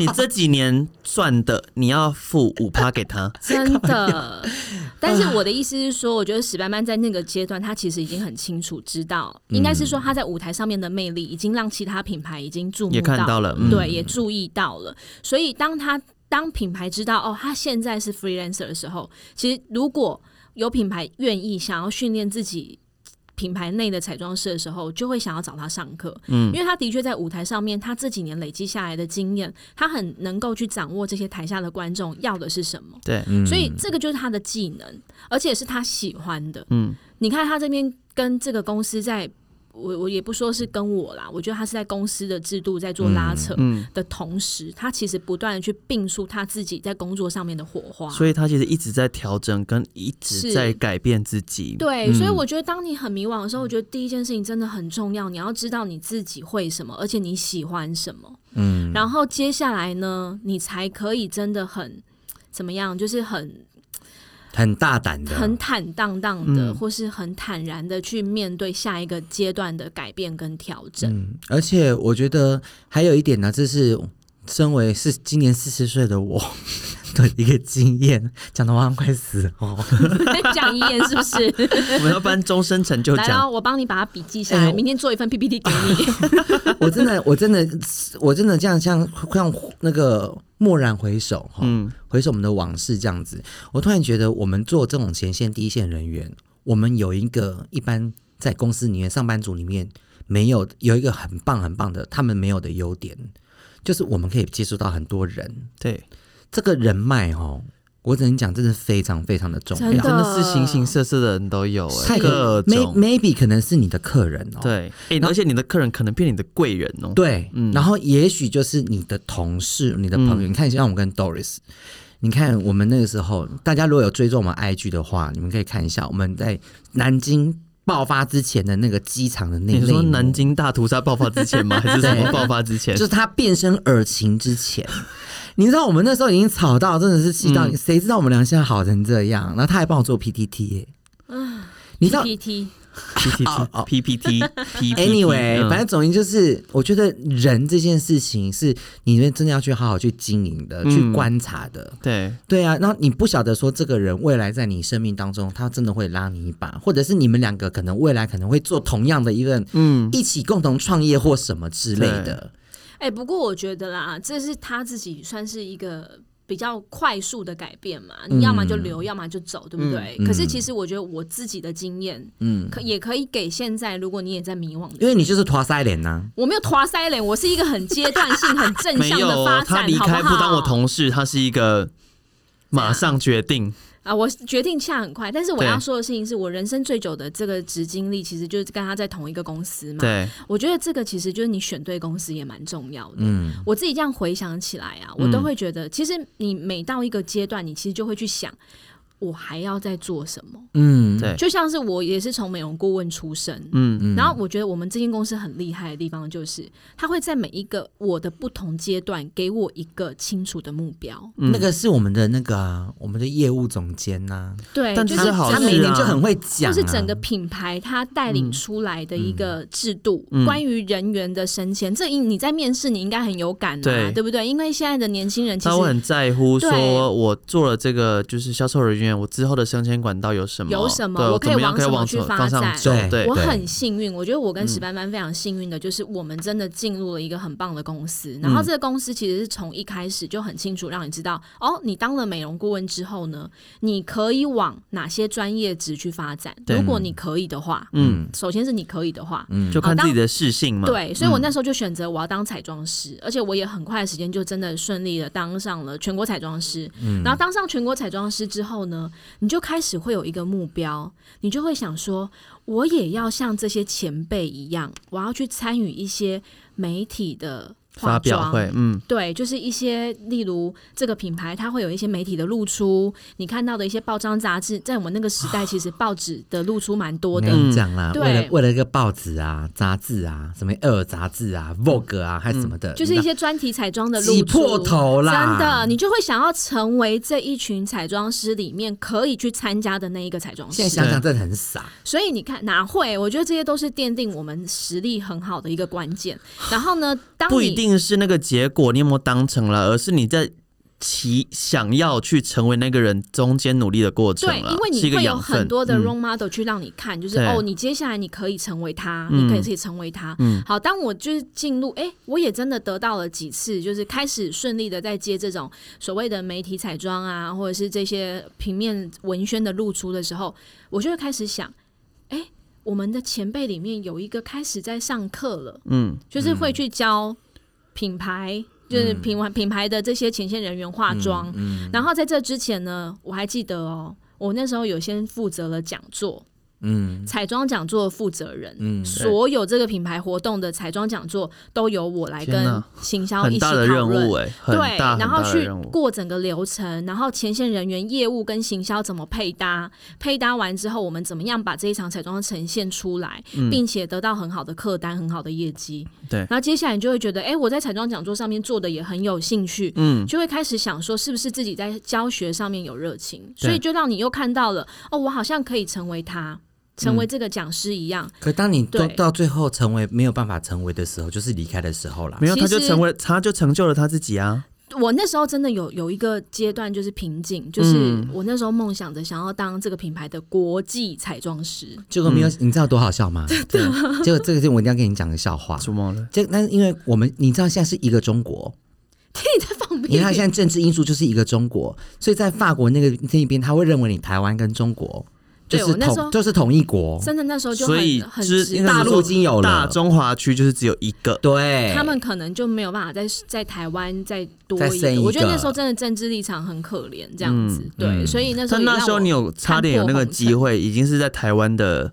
Speaker 2: 你这几年赚的你要付五趴给他。
Speaker 3: 真的，
Speaker 2: <laughs>
Speaker 3: 但是我的意思是说，我觉得史班班在那个阶段，他其实已经很清楚知道，
Speaker 2: 嗯
Speaker 3: 应该是说他在舞台上面的魅力已经让其他品牌已经注目
Speaker 2: 也看到
Speaker 3: 到
Speaker 2: 了嗯
Speaker 3: 对，也注意到了。所以当他当品牌知道哦，他现在是 freelancer 的时候，其实如果有品牌愿意想要训练自己。品牌内的彩妆师的时候，就会想要找他上课，嗯，因为他的确在舞台上面，他这几年累积下来的经验，他很能够去掌握这些台下的观众要的是什么。
Speaker 2: 对，
Speaker 3: 所以这个就是他的技能，而且是他喜欢的。嗯，你看他这边跟这个公司在。我我也不说是跟我啦，我觉得他是在公司的制度在做拉扯的同时，他其实不断的去并述他自己在工作上面的火花。
Speaker 2: 所以嗯他其实一直在调整，跟一直
Speaker 3: 是
Speaker 2: 在改变自己。
Speaker 3: 对，所以我觉得当你很迷惘的时候，我觉得第一件事情真的很重要，你要知道你自己会什么，而且你喜欢什么。嗯，然后接下来呢，你才可以真的很怎么样，就是很
Speaker 4: 很大胆的，
Speaker 3: 很坦荡荡的，
Speaker 2: 嗯
Speaker 3: 或是很坦然的去面对下一个阶段的改变跟调整。
Speaker 4: 嗯，而且我觉得还有一点呢，这是身为是今年四十岁的我的一个经验，讲的我好像快死哦。 <laughs>
Speaker 2: 嗯
Speaker 3: <laughs> 讲遗言是
Speaker 2: <laughs>
Speaker 3: 不是？
Speaker 2: 我们要颁终身成就
Speaker 3: 来哦喽，
Speaker 2: 奖。
Speaker 3: 我帮你把它笔记下
Speaker 4: 哎
Speaker 3: 来，
Speaker 4: 呦
Speaker 3: 明天做一份 PPT
Speaker 2: <laughs>
Speaker 3: 给你。
Speaker 4: 我真的，我真的，我真的这样像像那个蓦然回首哈，回首我们的往事这样子，我突然觉得我们做这种前线第一线人员，我们有一个一般在公司里面上班族里面没有有一个很棒很棒的他们没有的优点，就是我们可以接触到很多人，
Speaker 2: 对，
Speaker 4: 这个人脉哦，我只能讲真的非常非常的重
Speaker 3: 真
Speaker 2: 真
Speaker 3: 的
Speaker 4: 要。
Speaker 2: 的是形形色色的人都有、
Speaker 4: 太
Speaker 2: 欸，各
Speaker 4: 可 may
Speaker 2: 种。
Speaker 4: maybe 可能是你的客人哦，
Speaker 2: 对，哎、而且你的客人可能变你的贵人哦、
Speaker 4: 对，然后也许就是你的同事、你的
Speaker 2: 嗯
Speaker 4: 朋友。你看，像我跟 Doris，你看我们那个时候，大家如果有追踪我们 IG 的话，你们可以看一下我们在南京爆发之前的那个机场的那
Speaker 2: 你
Speaker 4: 那
Speaker 2: 说
Speaker 4: 一幕
Speaker 2: 南京大屠杀爆发之前吗？还是什么爆发之前
Speaker 4: 就？是他变身耳晴
Speaker 2: <laughs>
Speaker 4: 之前。你知道我们那时候已经吵到，真的是气
Speaker 2: 嗯
Speaker 4: 到你，谁知道我们俩现在好成这样？然后他还帮我做 PTT，、耶你知道
Speaker 3: PPT
Speaker 2: PPT PPT
Speaker 4: Anyway，
Speaker 2: <laughs> 嗯
Speaker 4: 反正总之就是，我觉得人这件事情是你们真的要去好好去经营
Speaker 2: 嗯
Speaker 4: 的，去观察的。
Speaker 2: 对，
Speaker 4: 对啊，然后你不晓得说这个人未来在你生命当中，他真的会拉你一把，或者是你们两个可能未来可能会做同样的一个，嗯，一起共同创业或什么之类的。
Speaker 3: 哎、不过我觉得啦，这是他自己算是一个。比较快速的改变嘛，
Speaker 2: 嗯
Speaker 3: 你要么就留，要么就走，对不对？可是其实我觉得我自己的经验，嗯，可也可以给现在，如果你也在迷惘的
Speaker 4: 因为你就是拖腮脸呐，
Speaker 3: 我没有拖腮脸，我是一个很阶段性、很正
Speaker 2: 没
Speaker 3: 向
Speaker 2: 有
Speaker 3: 的
Speaker 2: 哦
Speaker 3: 发
Speaker 2: 他
Speaker 3: 展，
Speaker 2: 离开
Speaker 3: 好不好
Speaker 2: 当我同事，他是一个马上决定，
Speaker 3: 啊，我决定下很快。但是我
Speaker 2: 对
Speaker 3: 要说的事情是我人生最久的这个职经历，其实就是跟他在同一个公司嘛。
Speaker 2: 对，
Speaker 3: 我觉得这个其实就是你选对公司也蛮重要的。
Speaker 4: 嗯，
Speaker 3: 我自己这样回想起来啊，
Speaker 2: 嗯
Speaker 3: 我都会觉得，其实你每到一个阶段，你其实就会去想，我还要再做什么。
Speaker 4: 嗯，
Speaker 2: 对
Speaker 3: 就像是我也是从美容顾问出身，
Speaker 2: 嗯
Speaker 3: 然后我觉得我们这间公司很厉害的地方就是，它会在每一个我的不同阶段给我一个清楚的目标，
Speaker 2: 嗯
Speaker 4: 那个是我们的那个啊，我们的业务总监呐、
Speaker 3: 对，
Speaker 2: 但
Speaker 3: 就是
Speaker 2: 这是好
Speaker 4: 他
Speaker 3: 整
Speaker 2: 事
Speaker 3: 个
Speaker 4: 每
Speaker 2: 啊
Speaker 4: 年就很会讲、啊，
Speaker 3: 就是整个品牌它带
Speaker 2: 嗯
Speaker 3: 领出来的一个制度，关于人员的升迁，这应你在面试你应该很有感啊，
Speaker 2: 对
Speaker 3: 对不对？因为现在的年轻人其
Speaker 2: 他会
Speaker 3: 实
Speaker 2: 很在乎，
Speaker 3: 对
Speaker 2: 说我做了这个就是销售人员，我之后的升迁管道有什么？
Speaker 3: 有什么
Speaker 2: 对
Speaker 3: 我
Speaker 2: 我
Speaker 3: 可以
Speaker 2: 怎么样
Speaker 3: 往
Speaker 2: 可以
Speaker 3: 什么
Speaker 2: 往
Speaker 3: 去
Speaker 2: 左
Speaker 3: 发
Speaker 2: 方向
Speaker 3: 展
Speaker 2: 走？对嗯
Speaker 3: 我
Speaker 4: 对
Speaker 3: 很幸运，我觉得我跟史班班非常幸运的，就是我们真的进入了一个很棒的公司。
Speaker 2: 嗯
Speaker 3: 然后这个公司其实是从一开始就很清楚让你知道，哦，你当了美容顾问之后呢，你可以往哪些专业值去发展。
Speaker 2: 对
Speaker 3: 如果你可以的话，
Speaker 2: 嗯，
Speaker 3: 首先是你可以的话，
Speaker 2: 就看自己的适性嘛。嗯
Speaker 3: 对，所以我那时候就选择我要当彩妆师，而且我也很快的时间就真的顺利的当上了全国彩妆师。
Speaker 2: 嗯
Speaker 3: 然后当上全国彩妆师之后呢，你就开始会有一个目标，你就会想说，我也要像这些前辈一样，我要去参与一些媒体的化
Speaker 2: 发表
Speaker 3: 妆
Speaker 2: 会，嗯，
Speaker 3: 对，就是一些例如这个品牌，它会有一些媒体的露出，你看到的一些报章杂志，在我们那个时代，其实报纸的露出蛮多
Speaker 4: 我
Speaker 3: 的。
Speaker 4: 跟你讲啦，
Speaker 3: 嗯
Speaker 4: 为了
Speaker 3: 对
Speaker 4: 为了一个报纸啊、杂志啊、什么《二杂志》啊、Vogue 啊，还是什么的，
Speaker 3: 嗯就是一
Speaker 4: 你知
Speaker 3: 些专题彩妆的露
Speaker 4: 挤
Speaker 3: 出
Speaker 4: 破头啦
Speaker 3: 真的，你就会想要成为这一群彩妆师里面可以去参加的那一个彩妆
Speaker 4: 道。
Speaker 3: 师
Speaker 4: 现在。想想真的很傻，
Speaker 3: 所以你看哪会？我觉得这些都是奠定我们实力很好的一个关键。然后呢，当
Speaker 2: 不
Speaker 3: 你
Speaker 2: 一定是那个结果你有没有当成了，而是你在其想要去成为那个人中间努力的过程
Speaker 3: 对，
Speaker 2: 了，
Speaker 3: 因为
Speaker 2: 是一
Speaker 3: 你
Speaker 2: 个
Speaker 3: 会有
Speaker 2: 养分
Speaker 3: 很多的
Speaker 2: 嗯
Speaker 3: role model 去让你看，就是
Speaker 2: 对
Speaker 3: 哦，你接下来你可以成为他，
Speaker 2: 嗯
Speaker 3: 你可以成为他。好，当我就是进入，哎、我也真的得到了几次，就是开始顺利的在接这种所谓的媒体彩妆啊，或者是这些平面文宣的露出的时候，我就会开始想，哎、我们的前辈里面有一个开始在上课了，
Speaker 2: 嗯，
Speaker 3: 就是会去教品牌，就是品牌品牌的这些前线人员
Speaker 2: 嗯
Speaker 3: 化妆。然后在这之前呢，我还记得哦，我那时候有先负责了讲座，
Speaker 4: 嗯，
Speaker 3: 彩妆讲座的负责人，
Speaker 2: 嗯
Speaker 3: 所有这个品牌活动的彩妆讲座都由我来
Speaker 2: 天
Speaker 3: 跟
Speaker 2: 哪
Speaker 3: 行销一
Speaker 2: 很
Speaker 3: 起
Speaker 2: 大
Speaker 3: 讨
Speaker 2: 的任务
Speaker 3: 论。
Speaker 2: 哎，很
Speaker 3: 对，
Speaker 2: 大很
Speaker 3: 然后
Speaker 2: 大的
Speaker 3: 去
Speaker 2: 任务，
Speaker 3: 过整个流程，然后前线人员、业务跟行销怎么配搭，配搭完之后，我们怎么样把这一场彩妆呈现出来，并且得到很好的客单、很好的业绩。
Speaker 2: 对，
Speaker 3: 然后接下来你就会觉得，哎、我在彩妆讲座上面做的也很有兴趣，嗯，就会开始想说，是不是自己在教学上面有热情，所以就让你又看到了，哦，我好像可以成为他，成为这个讲师一样。
Speaker 4: 可当你都
Speaker 3: 对
Speaker 4: 到最后成为没有办法成为的时候，就是离开的时候啦
Speaker 2: 没。有
Speaker 3: 其
Speaker 2: 他就
Speaker 3: 实
Speaker 2: 成为他就成就了他自己啊，
Speaker 3: 我那时候真的有有一个阶段就是瓶颈，就是
Speaker 2: 嗯
Speaker 3: 我那时候梦想着想要当这个品牌的国际彩妆师， <laughs>
Speaker 4: 结果
Speaker 3: 嗯
Speaker 4: 没有，你知道多好笑吗？对，结果这个是我一定要跟你讲个笑话。
Speaker 2: 做梦了，
Speaker 4: 这但是因为我们你知道现在是一个
Speaker 3: <laughs>
Speaker 4: 中国，
Speaker 3: 你在放屁
Speaker 4: 你看现在政治因素就是一个中国，所以在法国那个那边他会认为你台湾跟中国就
Speaker 3: 对
Speaker 4: 是
Speaker 3: 我那时
Speaker 4: 同
Speaker 3: 候
Speaker 4: 就是同一国，
Speaker 3: 真的那时候就
Speaker 2: 所以
Speaker 3: 很很
Speaker 2: 就是
Speaker 3: 直
Speaker 2: 应该
Speaker 3: 白
Speaker 2: 是
Speaker 4: 大陆已经
Speaker 3: 哦
Speaker 4: 有了，
Speaker 2: 大中华区就是只有一个，
Speaker 4: 对，
Speaker 3: 他们可能就没有办法在在台湾再多
Speaker 4: 再
Speaker 3: 一
Speaker 4: 生
Speaker 3: 个。
Speaker 4: 一
Speaker 3: 我觉得
Speaker 4: 个
Speaker 3: 那时候真的政治立场很可怜，这样子、对，所以那时候
Speaker 2: 嗯但
Speaker 3: 也
Speaker 2: 那
Speaker 3: 让
Speaker 2: 时候
Speaker 3: 我
Speaker 2: 你有差点有那个机会，已经是在台湾的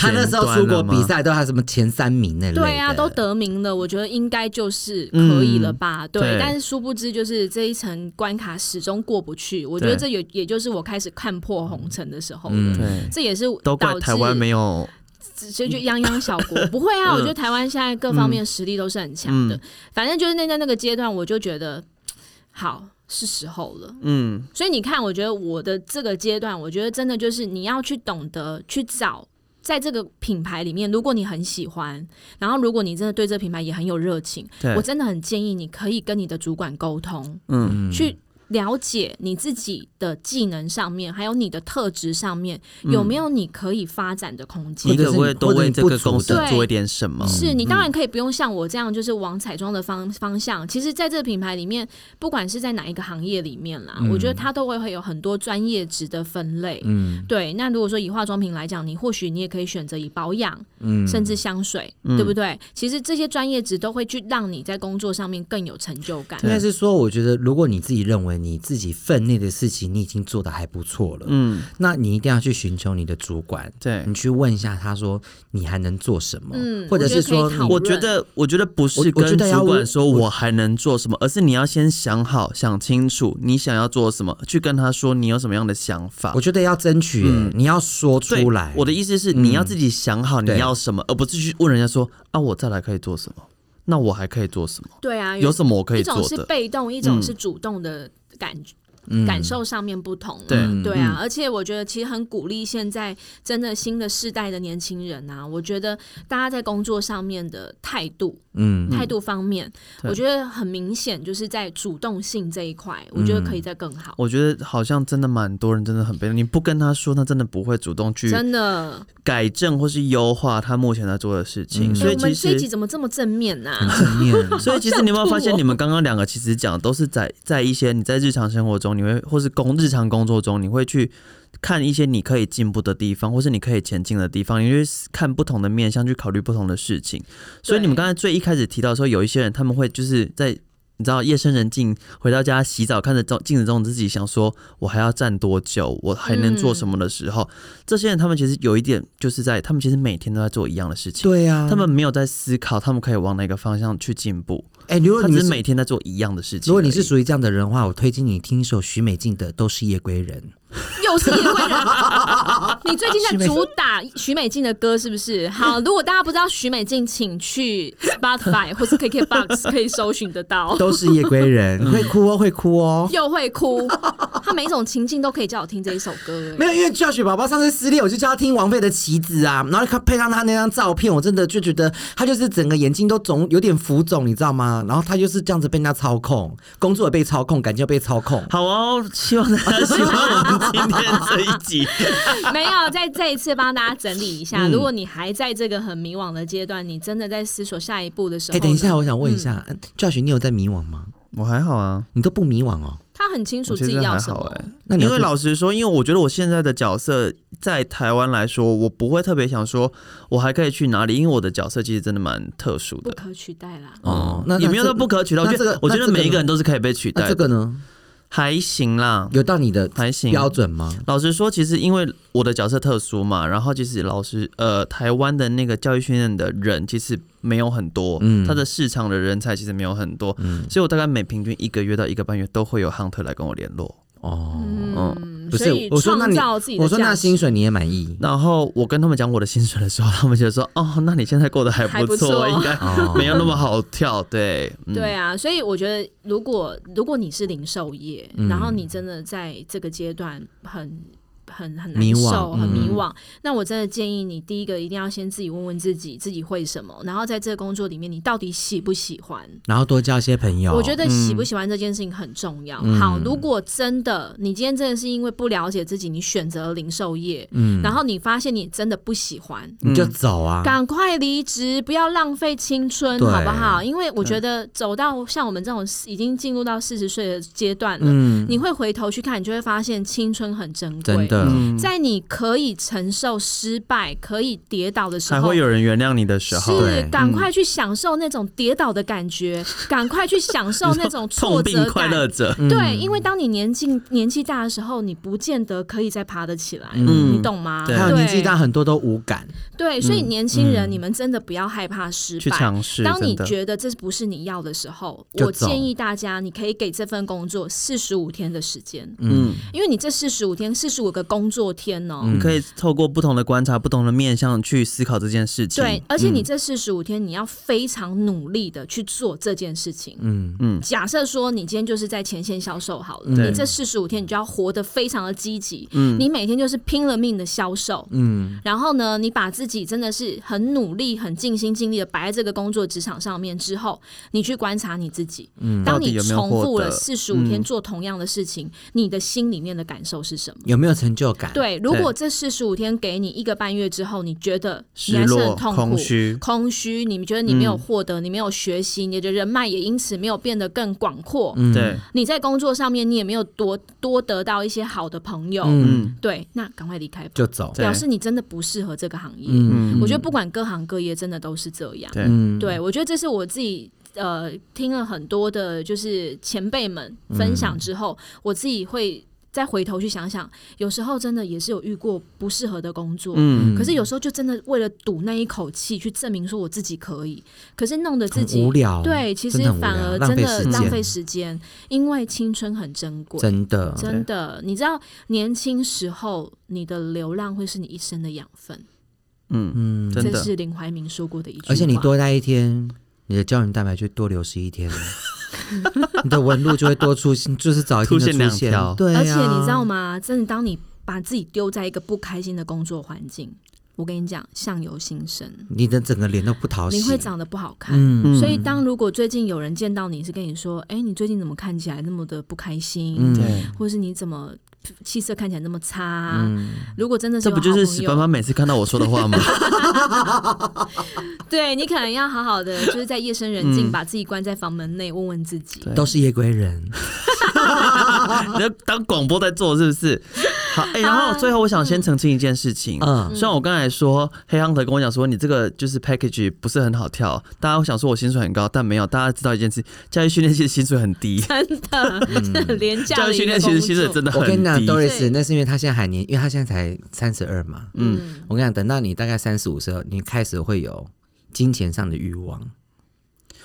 Speaker 4: 他
Speaker 2: 前
Speaker 4: 那
Speaker 2: 端了吗。
Speaker 4: 时候出国比赛都还有什么前三名那类的，
Speaker 3: 对啊，都得名了，我觉得应该就是可以了吧？对，
Speaker 2: 嗯对
Speaker 3: 但是殊不知就是这一层关卡始终过不去。我觉得
Speaker 2: 对嗯
Speaker 3: 这也也就是我开始看破红尘的时候了。
Speaker 4: 嗯
Speaker 2: 对，
Speaker 3: 这也是
Speaker 2: 都
Speaker 3: 导
Speaker 2: 怪
Speaker 3: 致
Speaker 2: 台湾没嗯有
Speaker 3: 所以就泱泱小
Speaker 2: <laughs>
Speaker 3: 国不会啊，我觉得台湾现在各方面实力都是很强的。
Speaker 2: 嗯
Speaker 3: 反正就是那在那个阶段，我就觉得好是时候了。
Speaker 2: 嗯，
Speaker 3: 所以你看，我觉得我的这个阶段，我觉得真的就是你要去懂得去找。在这个品牌里面，如果你很喜欢，然后如果你真的对这个品牌也很有热情，
Speaker 2: 对
Speaker 3: 我真的很建议你可以跟你的主管沟通，
Speaker 2: 嗯，
Speaker 3: 去了解你自己的技能上面，还有你的特质上面
Speaker 4: 嗯
Speaker 3: 有没有你可以发展的空间
Speaker 2: 你。可不可以多为这个公司
Speaker 3: 或者你不足的
Speaker 2: 做一点什
Speaker 4: 嗯
Speaker 2: 么？
Speaker 3: 是你当然可以不用像我这样，就是往彩妆的方方向。其实，在这个品牌里面，不管是在哪一个行业里面啦，我觉得它都会会有很多专业值的分类。
Speaker 4: 嗯
Speaker 3: 对，那如果说以化妆品来讲，你或许你也可以选择以保养，
Speaker 4: 嗯
Speaker 2: 啊
Speaker 3: 甚至香水，对不对？其实这些专业值都会去让你在工作上面更有成就感。
Speaker 4: 应该是说，我觉得如果你自己认为你自己分内的事情你已经做得还不错了，
Speaker 2: 嗯，
Speaker 4: 那你一定要去寻求你的主管，
Speaker 2: 对
Speaker 4: 你去问一下他说你还能做什么，
Speaker 3: 嗯
Speaker 4: 或者是说
Speaker 3: 我觉得可以讨
Speaker 4: 你
Speaker 3: 论
Speaker 2: 我觉得，我觉得不是
Speaker 4: 我我觉
Speaker 2: 跟
Speaker 4: 得要
Speaker 2: 主管
Speaker 4: 问
Speaker 2: 说
Speaker 4: 我
Speaker 2: 我还能做什么，而是你要先想好、想清楚你想要做什么，去跟他说你有什么样的想法
Speaker 4: 我。觉得要争取耶、你要说
Speaker 2: 嗯对
Speaker 4: 出来。嗯
Speaker 2: 我的意思是，你要自己想好你
Speaker 4: 对
Speaker 2: 要什么，而不是去问人家说啊，我再来可以做什么？那我还可以做什么？
Speaker 3: 对啊，
Speaker 2: 有什么我可以
Speaker 3: 一种
Speaker 2: 做
Speaker 3: 是
Speaker 2: 的？嗯
Speaker 3: 被动，一种是主动的感觉。
Speaker 4: 嗯
Speaker 3: 感受上面不同、
Speaker 2: 对嗯
Speaker 3: 对啊，而且我觉得其实很鼓励现在真的新的世代的年轻人啊，我觉得大家在工作上面的态度，
Speaker 4: 嗯，
Speaker 3: 态度方面，
Speaker 2: 对
Speaker 3: 我觉得很明显就是在主动性这一块，我
Speaker 2: 嗯
Speaker 3: 觉得可以再更好，
Speaker 2: 我觉得好像真的蛮多人真的很被动，你不跟他说，他真的不会主动去
Speaker 3: 真的。
Speaker 2: 改正或是优化他目前在做的事情。
Speaker 4: 嗯
Speaker 2: 所以
Speaker 3: 哎我们
Speaker 2: 其
Speaker 3: 这一集
Speaker 2: 实，
Speaker 3: 怎么这么正面啊呐、
Speaker 4: 很正面。
Speaker 2: <laughs> 所以其实你有没有发
Speaker 3: 好想
Speaker 2: 现，
Speaker 3: 吐哦
Speaker 2: 你们刚刚两个其实讲的都是在在一些你在日常生活中，你会或是工日常工作中，你会去看一些你可以进步的地方，或是你可以前进的地方，你会看不同的面向去考虑不同的事情。所以你们刚才最一开始提到说，有一些人他们会就是在。你知道夜深人静回到家洗澡，看着照镜子中的自己，想说我还要站多久，我还能做什么的时候，这些人他们其实有一点就是在他们其实每天都在做一样的事情，
Speaker 4: <laughs> 对呀、啊，
Speaker 2: 他们没有在思考他们可以往哪个方向去进步，
Speaker 4: 哎、如果
Speaker 2: 他
Speaker 4: 你
Speaker 2: 只
Speaker 4: 是
Speaker 2: 是每天在做一样的事情而已。
Speaker 4: 如果你是属于这样的人的话，我推荐你听一首许美静的《都是夜归人》。
Speaker 3: <laughs> 又是夜归人，你最近在主打许美静的歌是不是？好，如果大家不知道许美静，请去 Spotify 或是 KKBox 可以搜寻得
Speaker 4: <laughs>
Speaker 3: 到。
Speaker 4: 都是夜归
Speaker 2: 嗯
Speaker 4: 人，会哭哦，会哭哦。
Speaker 3: 又会哭，他每一种情境都可以叫我听这一首歌、欸
Speaker 4: 没有，因为教学宝宝上次失恋，我就叫他听王菲的《棋子》啊，然后他配上他那张照片，我真的就觉得他就是整个眼睛都肿，有点浮肿，你知道吗？然后他就是这样子被人家操控，工作也被操控，感情也被操控。
Speaker 2: 好哦，希望大家喜欢我们今天这一集。
Speaker 3: 哎没有，再再一次帮大家整理一下。
Speaker 4: 嗯
Speaker 3: 如果你还在这个很迷惘的阶段，你真的在思索下一步的时
Speaker 4: 哎、
Speaker 3: 候，
Speaker 4: 等一下，，我想问一下，
Speaker 2: 嗯
Speaker 4: 教学你有在迷惘吗？
Speaker 2: <laughs> 我还好啊，
Speaker 4: 你都不迷惘哦？
Speaker 3: 他很清楚
Speaker 2: 我其
Speaker 3: 自己
Speaker 2: 实
Speaker 3: 要
Speaker 2: 还
Speaker 3: 什
Speaker 2: 好
Speaker 3: 么。
Speaker 2: 哎、
Speaker 4: 那你
Speaker 2: 因
Speaker 4: 要
Speaker 2: 为
Speaker 4: 做
Speaker 2: 老实说，因为我觉得我现在的角色在台湾来说，我不会特别想说我还可以去哪里，因为我的角色其实真的蛮特殊
Speaker 3: 不
Speaker 2: 的。
Speaker 3: 可取代啦。
Speaker 4: 哦那那
Speaker 2: 也没有
Speaker 4: 这
Speaker 2: 到不可取代，我
Speaker 4: 那
Speaker 2: 觉得、
Speaker 4: 这个
Speaker 2: 我觉
Speaker 4: 那
Speaker 2: 得
Speaker 4: 这个
Speaker 2: 每一
Speaker 4: 呢
Speaker 2: 个人都是可以被取代
Speaker 4: 那
Speaker 2: 的。
Speaker 4: 这个呢？
Speaker 2: 还行啦，
Speaker 4: 有到你的
Speaker 2: 还行。
Speaker 4: 标准吗？
Speaker 2: 老实说，其实因为我的角色特殊嘛，然后其实老师呃，台湾的那个教育训练的人其实没有很多，
Speaker 4: 嗯
Speaker 2: 他的市场的人才其实没有很多，所以我大概每平均一个月到一个半月都会有 hunter 来跟我联络。
Speaker 4: 哦，
Speaker 3: 嗯，
Speaker 4: 不
Speaker 3: 所
Speaker 4: 是
Speaker 3: 以，
Speaker 4: 我说那
Speaker 3: 创
Speaker 4: 你
Speaker 3: 造自己，的
Speaker 4: 我说那
Speaker 3: 价值
Speaker 4: 薪水你也满意？
Speaker 2: 然后我跟他们讲我的薪水的时候， <laughs> 他们就说：“哦，那你现在过得还
Speaker 3: 还不
Speaker 2: 错，
Speaker 3: 错
Speaker 2: 应该
Speaker 4: 哦
Speaker 2: 没有那么好跳。”对，嗯、
Speaker 3: 对啊，所以我觉得，如果如果你是零售业，
Speaker 4: 嗯
Speaker 3: 然后你真的在这个阶段很。很很
Speaker 4: 迷
Speaker 3: 难
Speaker 4: 惘
Speaker 3: 受，很迷
Speaker 4: 嗯
Speaker 3: 惘。那我真的建议你，第一个一定要先自己问问自己，自己会什么，然后在这个工作里面，你到底喜不喜欢？
Speaker 4: 然后多交一些朋友。
Speaker 3: 我觉得
Speaker 4: 嗯
Speaker 3: 喜不喜欢这件事情很重要。好，如果真的你今天真的是因为不了解自己，你选择了零售业，
Speaker 4: 嗯
Speaker 3: 然后你发现你真的不喜欢，
Speaker 4: 你就走啊。
Speaker 3: 赶快离职，不要浪费青春，
Speaker 4: 对
Speaker 3: 好不好？因为我觉得走到像我们这种已经进入到四十岁的阶段了，你会回头去看，你就会发现青春很珍贵。
Speaker 4: 嗯真的，嗯
Speaker 3: 在你可以承受失败、可以跌倒的时
Speaker 2: 才
Speaker 3: 候
Speaker 2: 会。有人原谅你的时候。
Speaker 3: 是
Speaker 4: 对，嗯
Speaker 3: 赶快去享受那种跌倒的感
Speaker 4: <laughs>
Speaker 3: 觉，赶快去享受那种挫
Speaker 2: 痛
Speaker 3: 折
Speaker 2: 并快
Speaker 3: 感。
Speaker 2: 乐着，
Speaker 4: 嗯
Speaker 3: 对，因为当你年纪年纪大的时候，你不见得可以再爬得起来，你懂吗？
Speaker 2: 对
Speaker 4: 嗯还有
Speaker 3: 对
Speaker 4: 年纪大很多都无感，
Speaker 3: 对，所以年轻人，你们真的不要害怕失
Speaker 2: 嗯去
Speaker 3: 败。
Speaker 2: 尝试。
Speaker 3: 当你
Speaker 2: 真的
Speaker 3: 觉得这不是你要的时候，
Speaker 4: 就
Speaker 3: 我
Speaker 4: 走
Speaker 3: 建议大家，你可以给这份工作四十五天的时间，
Speaker 2: 嗯，
Speaker 3: 因为你这四十五天、四十五个工作天哦。
Speaker 2: 你可以透过不同的观察、不同的面向去思考这件事情。
Speaker 4: 嗯
Speaker 3: 对，，而且你这四十五天，你要非常努力的去做这件事情。
Speaker 4: 嗯
Speaker 3: 假设说你今天就是在前线销售好了，
Speaker 2: 对
Speaker 3: 你这四十五天你就要活得非常的积极，
Speaker 2: 嗯
Speaker 3: 你每天就是拼了命的销售，
Speaker 4: 嗯，
Speaker 3: 然后呢，你把自己真的是很努力、很尽心尽力的摆在这个工作职场上面之后，你去观察你自己，
Speaker 4: 嗯
Speaker 3: 当
Speaker 2: 到底
Speaker 3: 你
Speaker 2: 有没有
Speaker 3: 重复
Speaker 2: 获
Speaker 3: 了
Speaker 2: 得嗯
Speaker 3: 四十五天做同样的事情，你的心里面的感受是什么？
Speaker 4: 有没有成就感？，
Speaker 3: 对，如果这四十五天给你一个半月之后，你觉得你
Speaker 2: 失
Speaker 3: 还是
Speaker 2: 落、
Speaker 3: 很痛苦、
Speaker 2: 空虚，
Speaker 3: 空虚，你们觉得你没
Speaker 4: 嗯
Speaker 3: 有获得，你没有学习，你的人脉也因此没有变得更广阔。
Speaker 4: 嗯
Speaker 2: 对，
Speaker 3: 你在工作上面，你也没有多多得到一些好的朋友。
Speaker 4: 嗯，
Speaker 2: 嗯，
Speaker 3: 对，那赶快离开吧，
Speaker 4: 就走。
Speaker 2: 对
Speaker 3: 表示你真的不适合这个行业。
Speaker 4: 嗯
Speaker 3: 我觉得不管各行各业，真的都是这样。
Speaker 2: 对
Speaker 4: 嗯，
Speaker 3: 对，我觉得这是我自己呃听了很多的，就是前辈们分享之后，
Speaker 4: 嗯
Speaker 3: 我自己会再回头去想想，有时候真的也是有遇过不适合的工作，
Speaker 2: 嗯
Speaker 3: 可是有时候就真的为了赌那一口气去证明说我自己可以，可是弄得自
Speaker 4: 很
Speaker 3: 己
Speaker 4: 无聊，
Speaker 3: 对，其实
Speaker 4: 真的很无
Speaker 3: 反
Speaker 4: 聊
Speaker 3: 而
Speaker 4: 浪
Speaker 3: 真
Speaker 4: 费
Speaker 3: 的
Speaker 4: 时
Speaker 3: 浪
Speaker 4: 间
Speaker 3: 费时间，因为青春很珍贵。
Speaker 4: 真的，
Speaker 3: 真的，你知道年轻时候你的流浪会是你一生的养分，
Speaker 2: 嗯，
Speaker 4: 嗯，
Speaker 2: 真
Speaker 3: 这
Speaker 2: 的
Speaker 3: 是林怀民说过的一句话。
Speaker 4: 而且你多待一天，你的胶原蛋白就多流失一天， <laughs> 你的纹路就会多出，就是早一天就
Speaker 2: 出现两
Speaker 4: 出现
Speaker 2: 条。
Speaker 4: 对、啊，
Speaker 3: 而且你知道？吗？真的，当你把自己丢在一个不开心的工作环境，我跟你讲，相由心生，
Speaker 4: 你的整个脸都不讨喜，
Speaker 3: 你会长得不好看。
Speaker 4: 嗯，
Speaker 3: 所以，当如果最近有人见到你是跟你说：“哎、你最近怎么看起来那么的不开心？”
Speaker 4: 嗯
Speaker 2: 对，
Speaker 3: 或是你怎么气色看起来那么差？啊
Speaker 4: 嗯
Speaker 3: 如果真的是
Speaker 2: 这
Speaker 3: 有
Speaker 2: 不就
Speaker 3: 好
Speaker 2: 是
Speaker 3: 朋
Speaker 2: 史
Speaker 3: 友
Speaker 2: 班班每次看到我说的话
Speaker 3: <laughs>
Speaker 2: 吗？
Speaker 3: 对你可能要好好的，就是在夜深人静，把自己关在房门内，问问自己。
Speaker 2: 嗯对
Speaker 4: 都是夜归人，
Speaker 2: 你要当广播在做是不是？好，哎、
Speaker 3: 啊
Speaker 2: 然后最后我想先澄清一件事情。
Speaker 4: 嗯，
Speaker 2: 虽然我刚才说黑亨特跟我讲说你这个就是 package 不是很好跳，大家会想说我薪水很高，但没有，大家知道一件事，教育训练其实薪水很低，
Speaker 3: 真的，这 <laughs> 很廉价
Speaker 2: 教
Speaker 3: 的
Speaker 2: 育嗯
Speaker 3: 一
Speaker 2: 训
Speaker 3: 个
Speaker 2: 练其
Speaker 3: 工
Speaker 2: 实薪水
Speaker 3: 作。
Speaker 2: 真的
Speaker 4: 我
Speaker 2: 很
Speaker 4: 跟你讲
Speaker 2: 低。
Speaker 4: ，Doris，那是因为他现在还年，因为他现在才三十二嘛。
Speaker 3: 嗯，
Speaker 4: 我跟你讲，等到你大概三十五时候，你开始会有金钱上的欲望。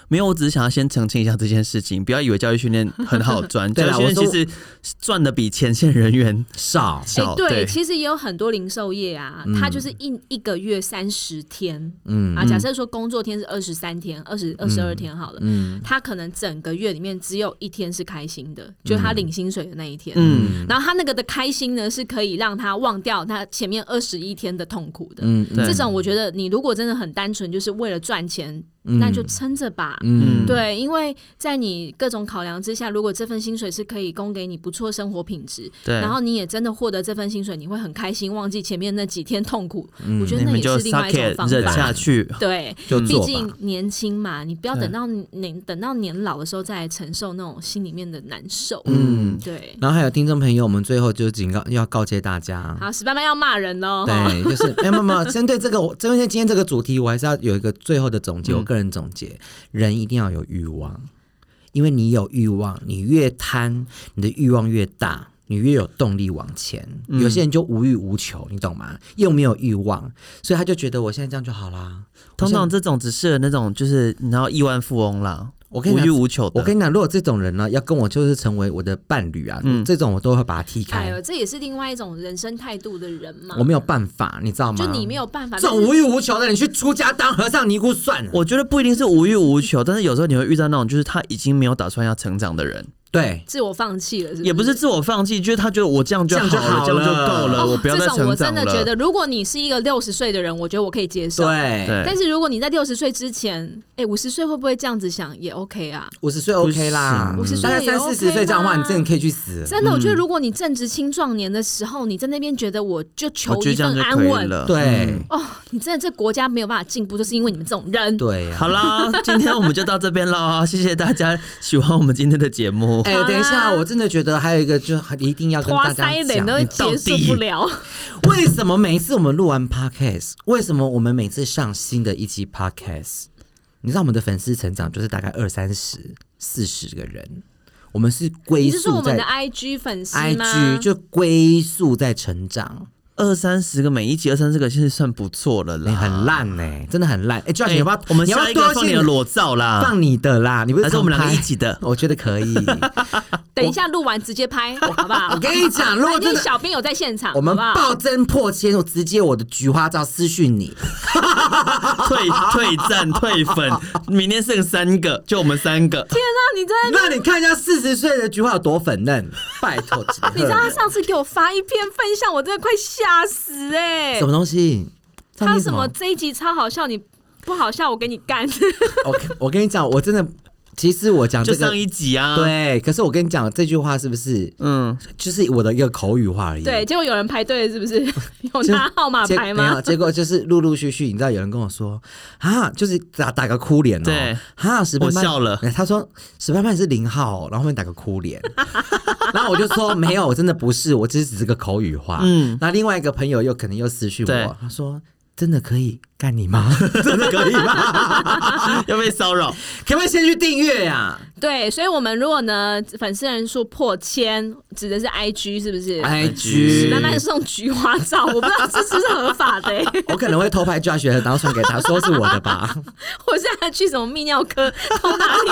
Speaker 2: 没有，我只是想要先澄清一下这件事情，不要以为教育训练很好
Speaker 3: <laughs>
Speaker 2: 赚，
Speaker 4: 对
Speaker 2: 教
Speaker 4: 啦
Speaker 2: 育训练
Speaker 4: 我
Speaker 2: 其
Speaker 4: 说
Speaker 2: 实赚的比前线人员
Speaker 4: 少，
Speaker 3: 哎、
Speaker 2: 少。
Speaker 3: 对，其实也有很多零售业啊，它就是一一个月三十天、
Speaker 4: 嗯
Speaker 3: 啊，假设说工作天是二十三天、二十二十二天好了，
Speaker 4: 嗯
Speaker 3: 他可能整个月里面只有一天是开心的，就是他领薪水的那一天。
Speaker 2: 嗯，
Speaker 3: 然后他那个的开心呢，是可以让他忘掉他前面二十一天的痛苦的。
Speaker 4: 嗯，
Speaker 2: 对
Speaker 3: 这种我觉得，你如果真的很单纯，就是为了赚钱，
Speaker 4: 嗯
Speaker 3: 那就撑着吧。
Speaker 4: 嗯，
Speaker 3: 对，因为在你各种考量之下，如果这份薪水是可以供给你不错生活品质，
Speaker 2: 对。
Speaker 3: <laughs> 然后你也真的获得这份薪水，你会很开心，忘记前面那几天痛苦。我觉
Speaker 2: 嗯
Speaker 3: 得
Speaker 2: 你
Speaker 3: 那
Speaker 2: 们
Speaker 3: 也
Speaker 2: 就是
Speaker 3: 另外一
Speaker 2: suck
Speaker 3: 种
Speaker 2: it，
Speaker 3: 方
Speaker 2: 忍下
Speaker 3: 法。
Speaker 2: 去。
Speaker 3: 对，
Speaker 4: 就
Speaker 3: 毕
Speaker 4: 做
Speaker 3: 竟
Speaker 4: 吧。
Speaker 3: 年轻嘛，你不要
Speaker 2: 对
Speaker 3: 等到年等到年老的时候再来承受那种心里面的难受。
Speaker 2: 嗯，
Speaker 3: 对。
Speaker 4: 然后还有听众朋友，我们最后就警告，要告诫大家，啊
Speaker 3: 好，史班班要骂人
Speaker 2: 哦
Speaker 3: 喽。
Speaker 4: 对，就是哎，没有没有，针对这个，我针对今天这个主题，我还是要有一个最后的总结。我
Speaker 2: 嗯
Speaker 4: 个人总结，人一定要有欲望，因为你有欲望，你越贪，你的欲望越大。你越有动力往前，
Speaker 2: 嗯
Speaker 4: 有些人就无欲无求，你懂吗？又没有欲望，所以他就觉得我现在这样就好啦。
Speaker 2: <laughs> 通
Speaker 4: 我
Speaker 2: 常
Speaker 4: 现在
Speaker 2: 这种只是那种就是你知道亿万富翁啦，
Speaker 4: 我跟你
Speaker 2: 无
Speaker 4: 讲
Speaker 2: 欲无求的。
Speaker 4: 我跟你讲，如果这种人呢，要跟我就是成为我的伴侣啊，
Speaker 2: 嗯
Speaker 4: 这种我都会把他踢
Speaker 3: 哎
Speaker 4: 开，
Speaker 3: 呦，这也是另外一种人生态度的人嘛。
Speaker 4: 我没有办法，你知道吗？
Speaker 3: 就你没有办法，
Speaker 4: 这种无欲无求的，你去出家当和尚尼姑算了。
Speaker 2: 我觉得不一定是无欲无求，但是有时候你会遇到那种就是他已经没有打算要成长的人，
Speaker 4: 对，
Speaker 3: 自我放弃了，是不是？
Speaker 2: 也不是自我放弃，就是他觉得我这样就好
Speaker 4: 这样就好
Speaker 2: 了，
Speaker 4: 了
Speaker 2: 这样就够了，
Speaker 3: 哦
Speaker 2: 我不要再
Speaker 3: 这种
Speaker 2: 成
Speaker 3: 我真
Speaker 2: 长
Speaker 3: 的觉
Speaker 2: 了。
Speaker 3: 得，如果你是一个六十岁的人，我觉得我可以接受。
Speaker 4: 对，
Speaker 2: 对
Speaker 3: 但是如果你在六十岁之前，哎，五十岁会不会这样子想也 OK 啊？
Speaker 4: 五十岁 OK 啦，
Speaker 2: 不
Speaker 3: 行50
Speaker 4: 大概
Speaker 3: 岁也
Speaker 4: 三
Speaker 3: OK
Speaker 4: 四十岁这样的话，
Speaker 3: 啦
Speaker 4: 你真的可以去死。
Speaker 3: 真的，我觉得如果你正值青壮年的时候，你在那边觉得我就求
Speaker 2: 我觉
Speaker 3: 一
Speaker 2: 得这样
Speaker 3: 份
Speaker 2: 就
Speaker 3: 安
Speaker 2: 可以
Speaker 3: 稳，
Speaker 2: 了。
Speaker 4: 对
Speaker 2: 嗯
Speaker 3: 哦，你真的这国家没有办法进步，就是因为你们这种人。 <laughs>
Speaker 4: 对啊，
Speaker 2: 好啦，今天我们就到这边啦， <laughs> 谢谢大家喜欢我们今天的节目。
Speaker 4: 哎，等一下，我真的觉觉得还有一个，就一定要跟
Speaker 3: 花
Speaker 4: 大家
Speaker 3: 腮
Speaker 4: 讲
Speaker 3: 脸都，结束不了，
Speaker 4: 为什么每一次我们录完 podcast，为什么我们每次上新的一期 podcast，你知道我们的粉丝成长就是大概二三十、四十个人，我们是
Speaker 3: <laughs> 你
Speaker 4: 龟
Speaker 3: 是说我
Speaker 4: 速
Speaker 3: 们
Speaker 4: 在
Speaker 3: 的 IG 粉丝吗
Speaker 4: IG 就龟速在成长，
Speaker 2: 二三十个每一集二三十个，现在算不错了啦。
Speaker 4: 你哎很烂呢，真的很烂。哎，Josh，
Speaker 2: 哎，
Speaker 4: 你要不要
Speaker 2: 我们
Speaker 4: 你要不
Speaker 2: 下
Speaker 4: 要
Speaker 2: 一个
Speaker 4: 多
Speaker 2: 放你的
Speaker 4: 进
Speaker 2: 裸照啦，
Speaker 4: 放你的啦，你不是
Speaker 2: 还是我们
Speaker 4: 常
Speaker 2: 两个
Speaker 3: <laughs>
Speaker 4: 拍
Speaker 2: 一起的？
Speaker 4: 我觉得可以。
Speaker 3: 等一下录完直接
Speaker 4: <laughs>
Speaker 3: 拍，好不好？
Speaker 4: 我跟你讲如果
Speaker 3: 反正
Speaker 4: 真的
Speaker 3: 小编有在现场，
Speaker 4: 我们
Speaker 3: 好不好
Speaker 4: 暴增破千，我直接我的菊花照私讯你， <laughs>
Speaker 2: 退退赞退粉，明天剩三个，就我们三个。
Speaker 3: 天啊，你真的，
Speaker 4: 那你看一下四十岁的菊花有多
Speaker 3: <laughs>
Speaker 4: 粉嫩，拜托，
Speaker 3: 你知道他上次给我发一篇分享，我真的快吓死哎、
Speaker 4: 什么东西？
Speaker 3: 他
Speaker 4: 上帝
Speaker 3: 什么这一集超好笑，你不好笑我给你
Speaker 4: <laughs>
Speaker 3: 干。
Speaker 4: 我我跟你讲，我真的，其实我讲
Speaker 2: 就
Speaker 4: 这个
Speaker 2: 上一集啊，，
Speaker 4: 对，可是我跟你讲这句话是不是，
Speaker 2: 嗯，
Speaker 4: 就是我的一个口语化而已。
Speaker 3: 对，结果有人排队了是不
Speaker 4: <laughs>
Speaker 3: 是？有
Speaker 4: 就
Speaker 3: 拿号码
Speaker 4: 结
Speaker 3: 牌
Speaker 4: 没有，
Speaker 3: 吗？
Speaker 4: 结果就是陆陆续续，你知道有人跟我说啊，就是打打个哭脸哦，
Speaker 2: 对
Speaker 4: 哈，史班
Speaker 2: 我
Speaker 4: 曼
Speaker 2: 笑了
Speaker 4: 哎他说史班曼是零号哦、然后后面打个哭脸，然后我就说没有，我真的不是，我只是只是个口语化。嗯
Speaker 2: 嗯，
Speaker 4: 那另外一个朋友又可能又私讯
Speaker 2: 对
Speaker 4: 我，他说真的可以干你吗？ <laughs> 真的可以吗？ <laughs>
Speaker 2: 要被骚扰，
Speaker 4: 可不可以先去订阅呀？
Speaker 3: 对，所以我们如果呢粉丝人数破千，指的是 IG 是不是？
Speaker 4: IG
Speaker 3: 慢慢送菊花照，我不知道这是不是合法
Speaker 2: <laughs>
Speaker 3: 的、欸，
Speaker 4: 我可能会偷拍 Josh 的然后传给他，说是我的吧。
Speaker 3: 我现在去什么泌尿科偷哪里？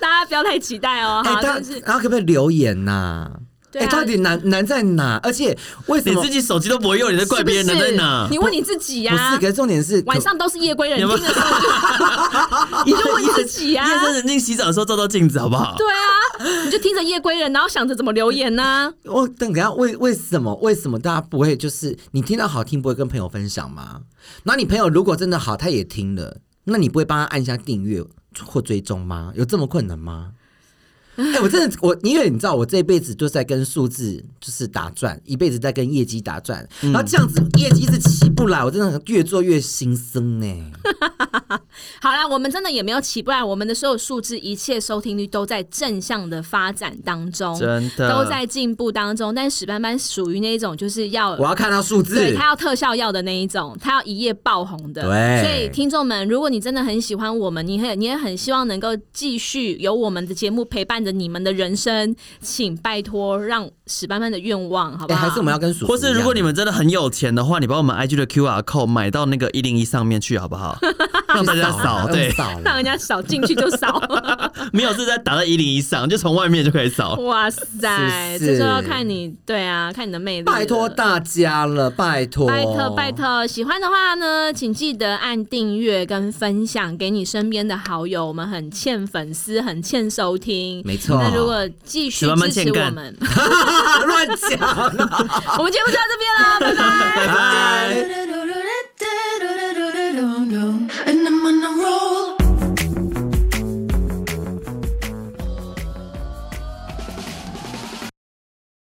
Speaker 3: 大家不要太期待哦，
Speaker 4: 哎
Speaker 2: 啊
Speaker 3: 哈，，
Speaker 4: 当
Speaker 3: 但是
Speaker 4: 然后可不可以留言呐？
Speaker 3: 对
Speaker 4: 哎，
Speaker 3: 啊
Speaker 4: 到底难难在哪？而且为什
Speaker 2: 你
Speaker 4: 么
Speaker 2: 自己手机都不会用，你在怪别人
Speaker 3: 是
Speaker 2: 的
Speaker 3: 不是
Speaker 2: 在哪？
Speaker 3: 你问你自己呀、
Speaker 4: 不是，可是重点是
Speaker 3: 晚上都是夜归人听的时
Speaker 2: <laughs>
Speaker 3: 候，
Speaker 2: 你
Speaker 3: 就问自己啊
Speaker 2: 夜深人静洗澡的时候照照镜子好不好？
Speaker 3: 对啊，你就听着夜归人，然后想着怎么留言呢、啊
Speaker 4: 可我哦等一下为为什么为什么大家不会就是你听到好听不会跟朋友分享吗？那你朋友如果真的好，他也听了，那你不会帮他按下订阅或追踪吗？有这么困
Speaker 3: <sighs>
Speaker 4: 难吗？哎、我真的我，因为你知道，我这辈子就是在跟数字就是打转，一辈子在跟业绩打转，
Speaker 3: 嗯
Speaker 4: 然后这样子业绩一直起不来，我真的越做越心哎酸呢、
Speaker 3: 好啦，我们真的也没有起不来，我们的所有数字、一切收听率都在正向的发展当中，
Speaker 2: 真的
Speaker 3: 都在进步当中。但是史班班属于那一种，就是要
Speaker 4: 我要看到数字，
Speaker 3: 对他要特效药的那一种，他要一夜爆红的。
Speaker 4: 对
Speaker 3: 所以听众们，如果你真的很喜欢我们，你很你也很希望能够继续有我们的节目陪伴着你们的人生，请拜托让史班班的愿望好不
Speaker 4: 哎、
Speaker 3: 好？
Speaker 4: 还是我们要跟数，
Speaker 2: 或是如果你们真的很有钱的话，你把我们 IG 的 QR code 买到那个一零一上面去好不好？让大家扫，对，
Speaker 4: 扫了
Speaker 3: 让人家少进去就
Speaker 4: <laughs>
Speaker 3: 少，
Speaker 2: 没有是在打到一零一上，就从外面就可以扫。
Speaker 3: 哇塞，
Speaker 4: 是不
Speaker 3: 这
Speaker 4: 是
Speaker 3: 就要看你对啊，看你的魅力了。
Speaker 4: 拜托大家了，拜托，
Speaker 3: 拜托拜。托，喜欢的话呢，请记得按订阅跟分享给你身边的好友。我们很欠粉丝，很欠收听，
Speaker 4: 没错啊
Speaker 3: 那如
Speaker 4: <laughs>
Speaker 3: 果继续
Speaker 2: 喜欢吗
Speaker 3: 支持
Speaker 2: 欠干
Speaker 3: 我们， <laughs>
Speaker 4: 乱讲。
Speaker 3: 我们节目就到这边了，拜拜。
Speaker 4: 拜。
Speaker 1: Bye.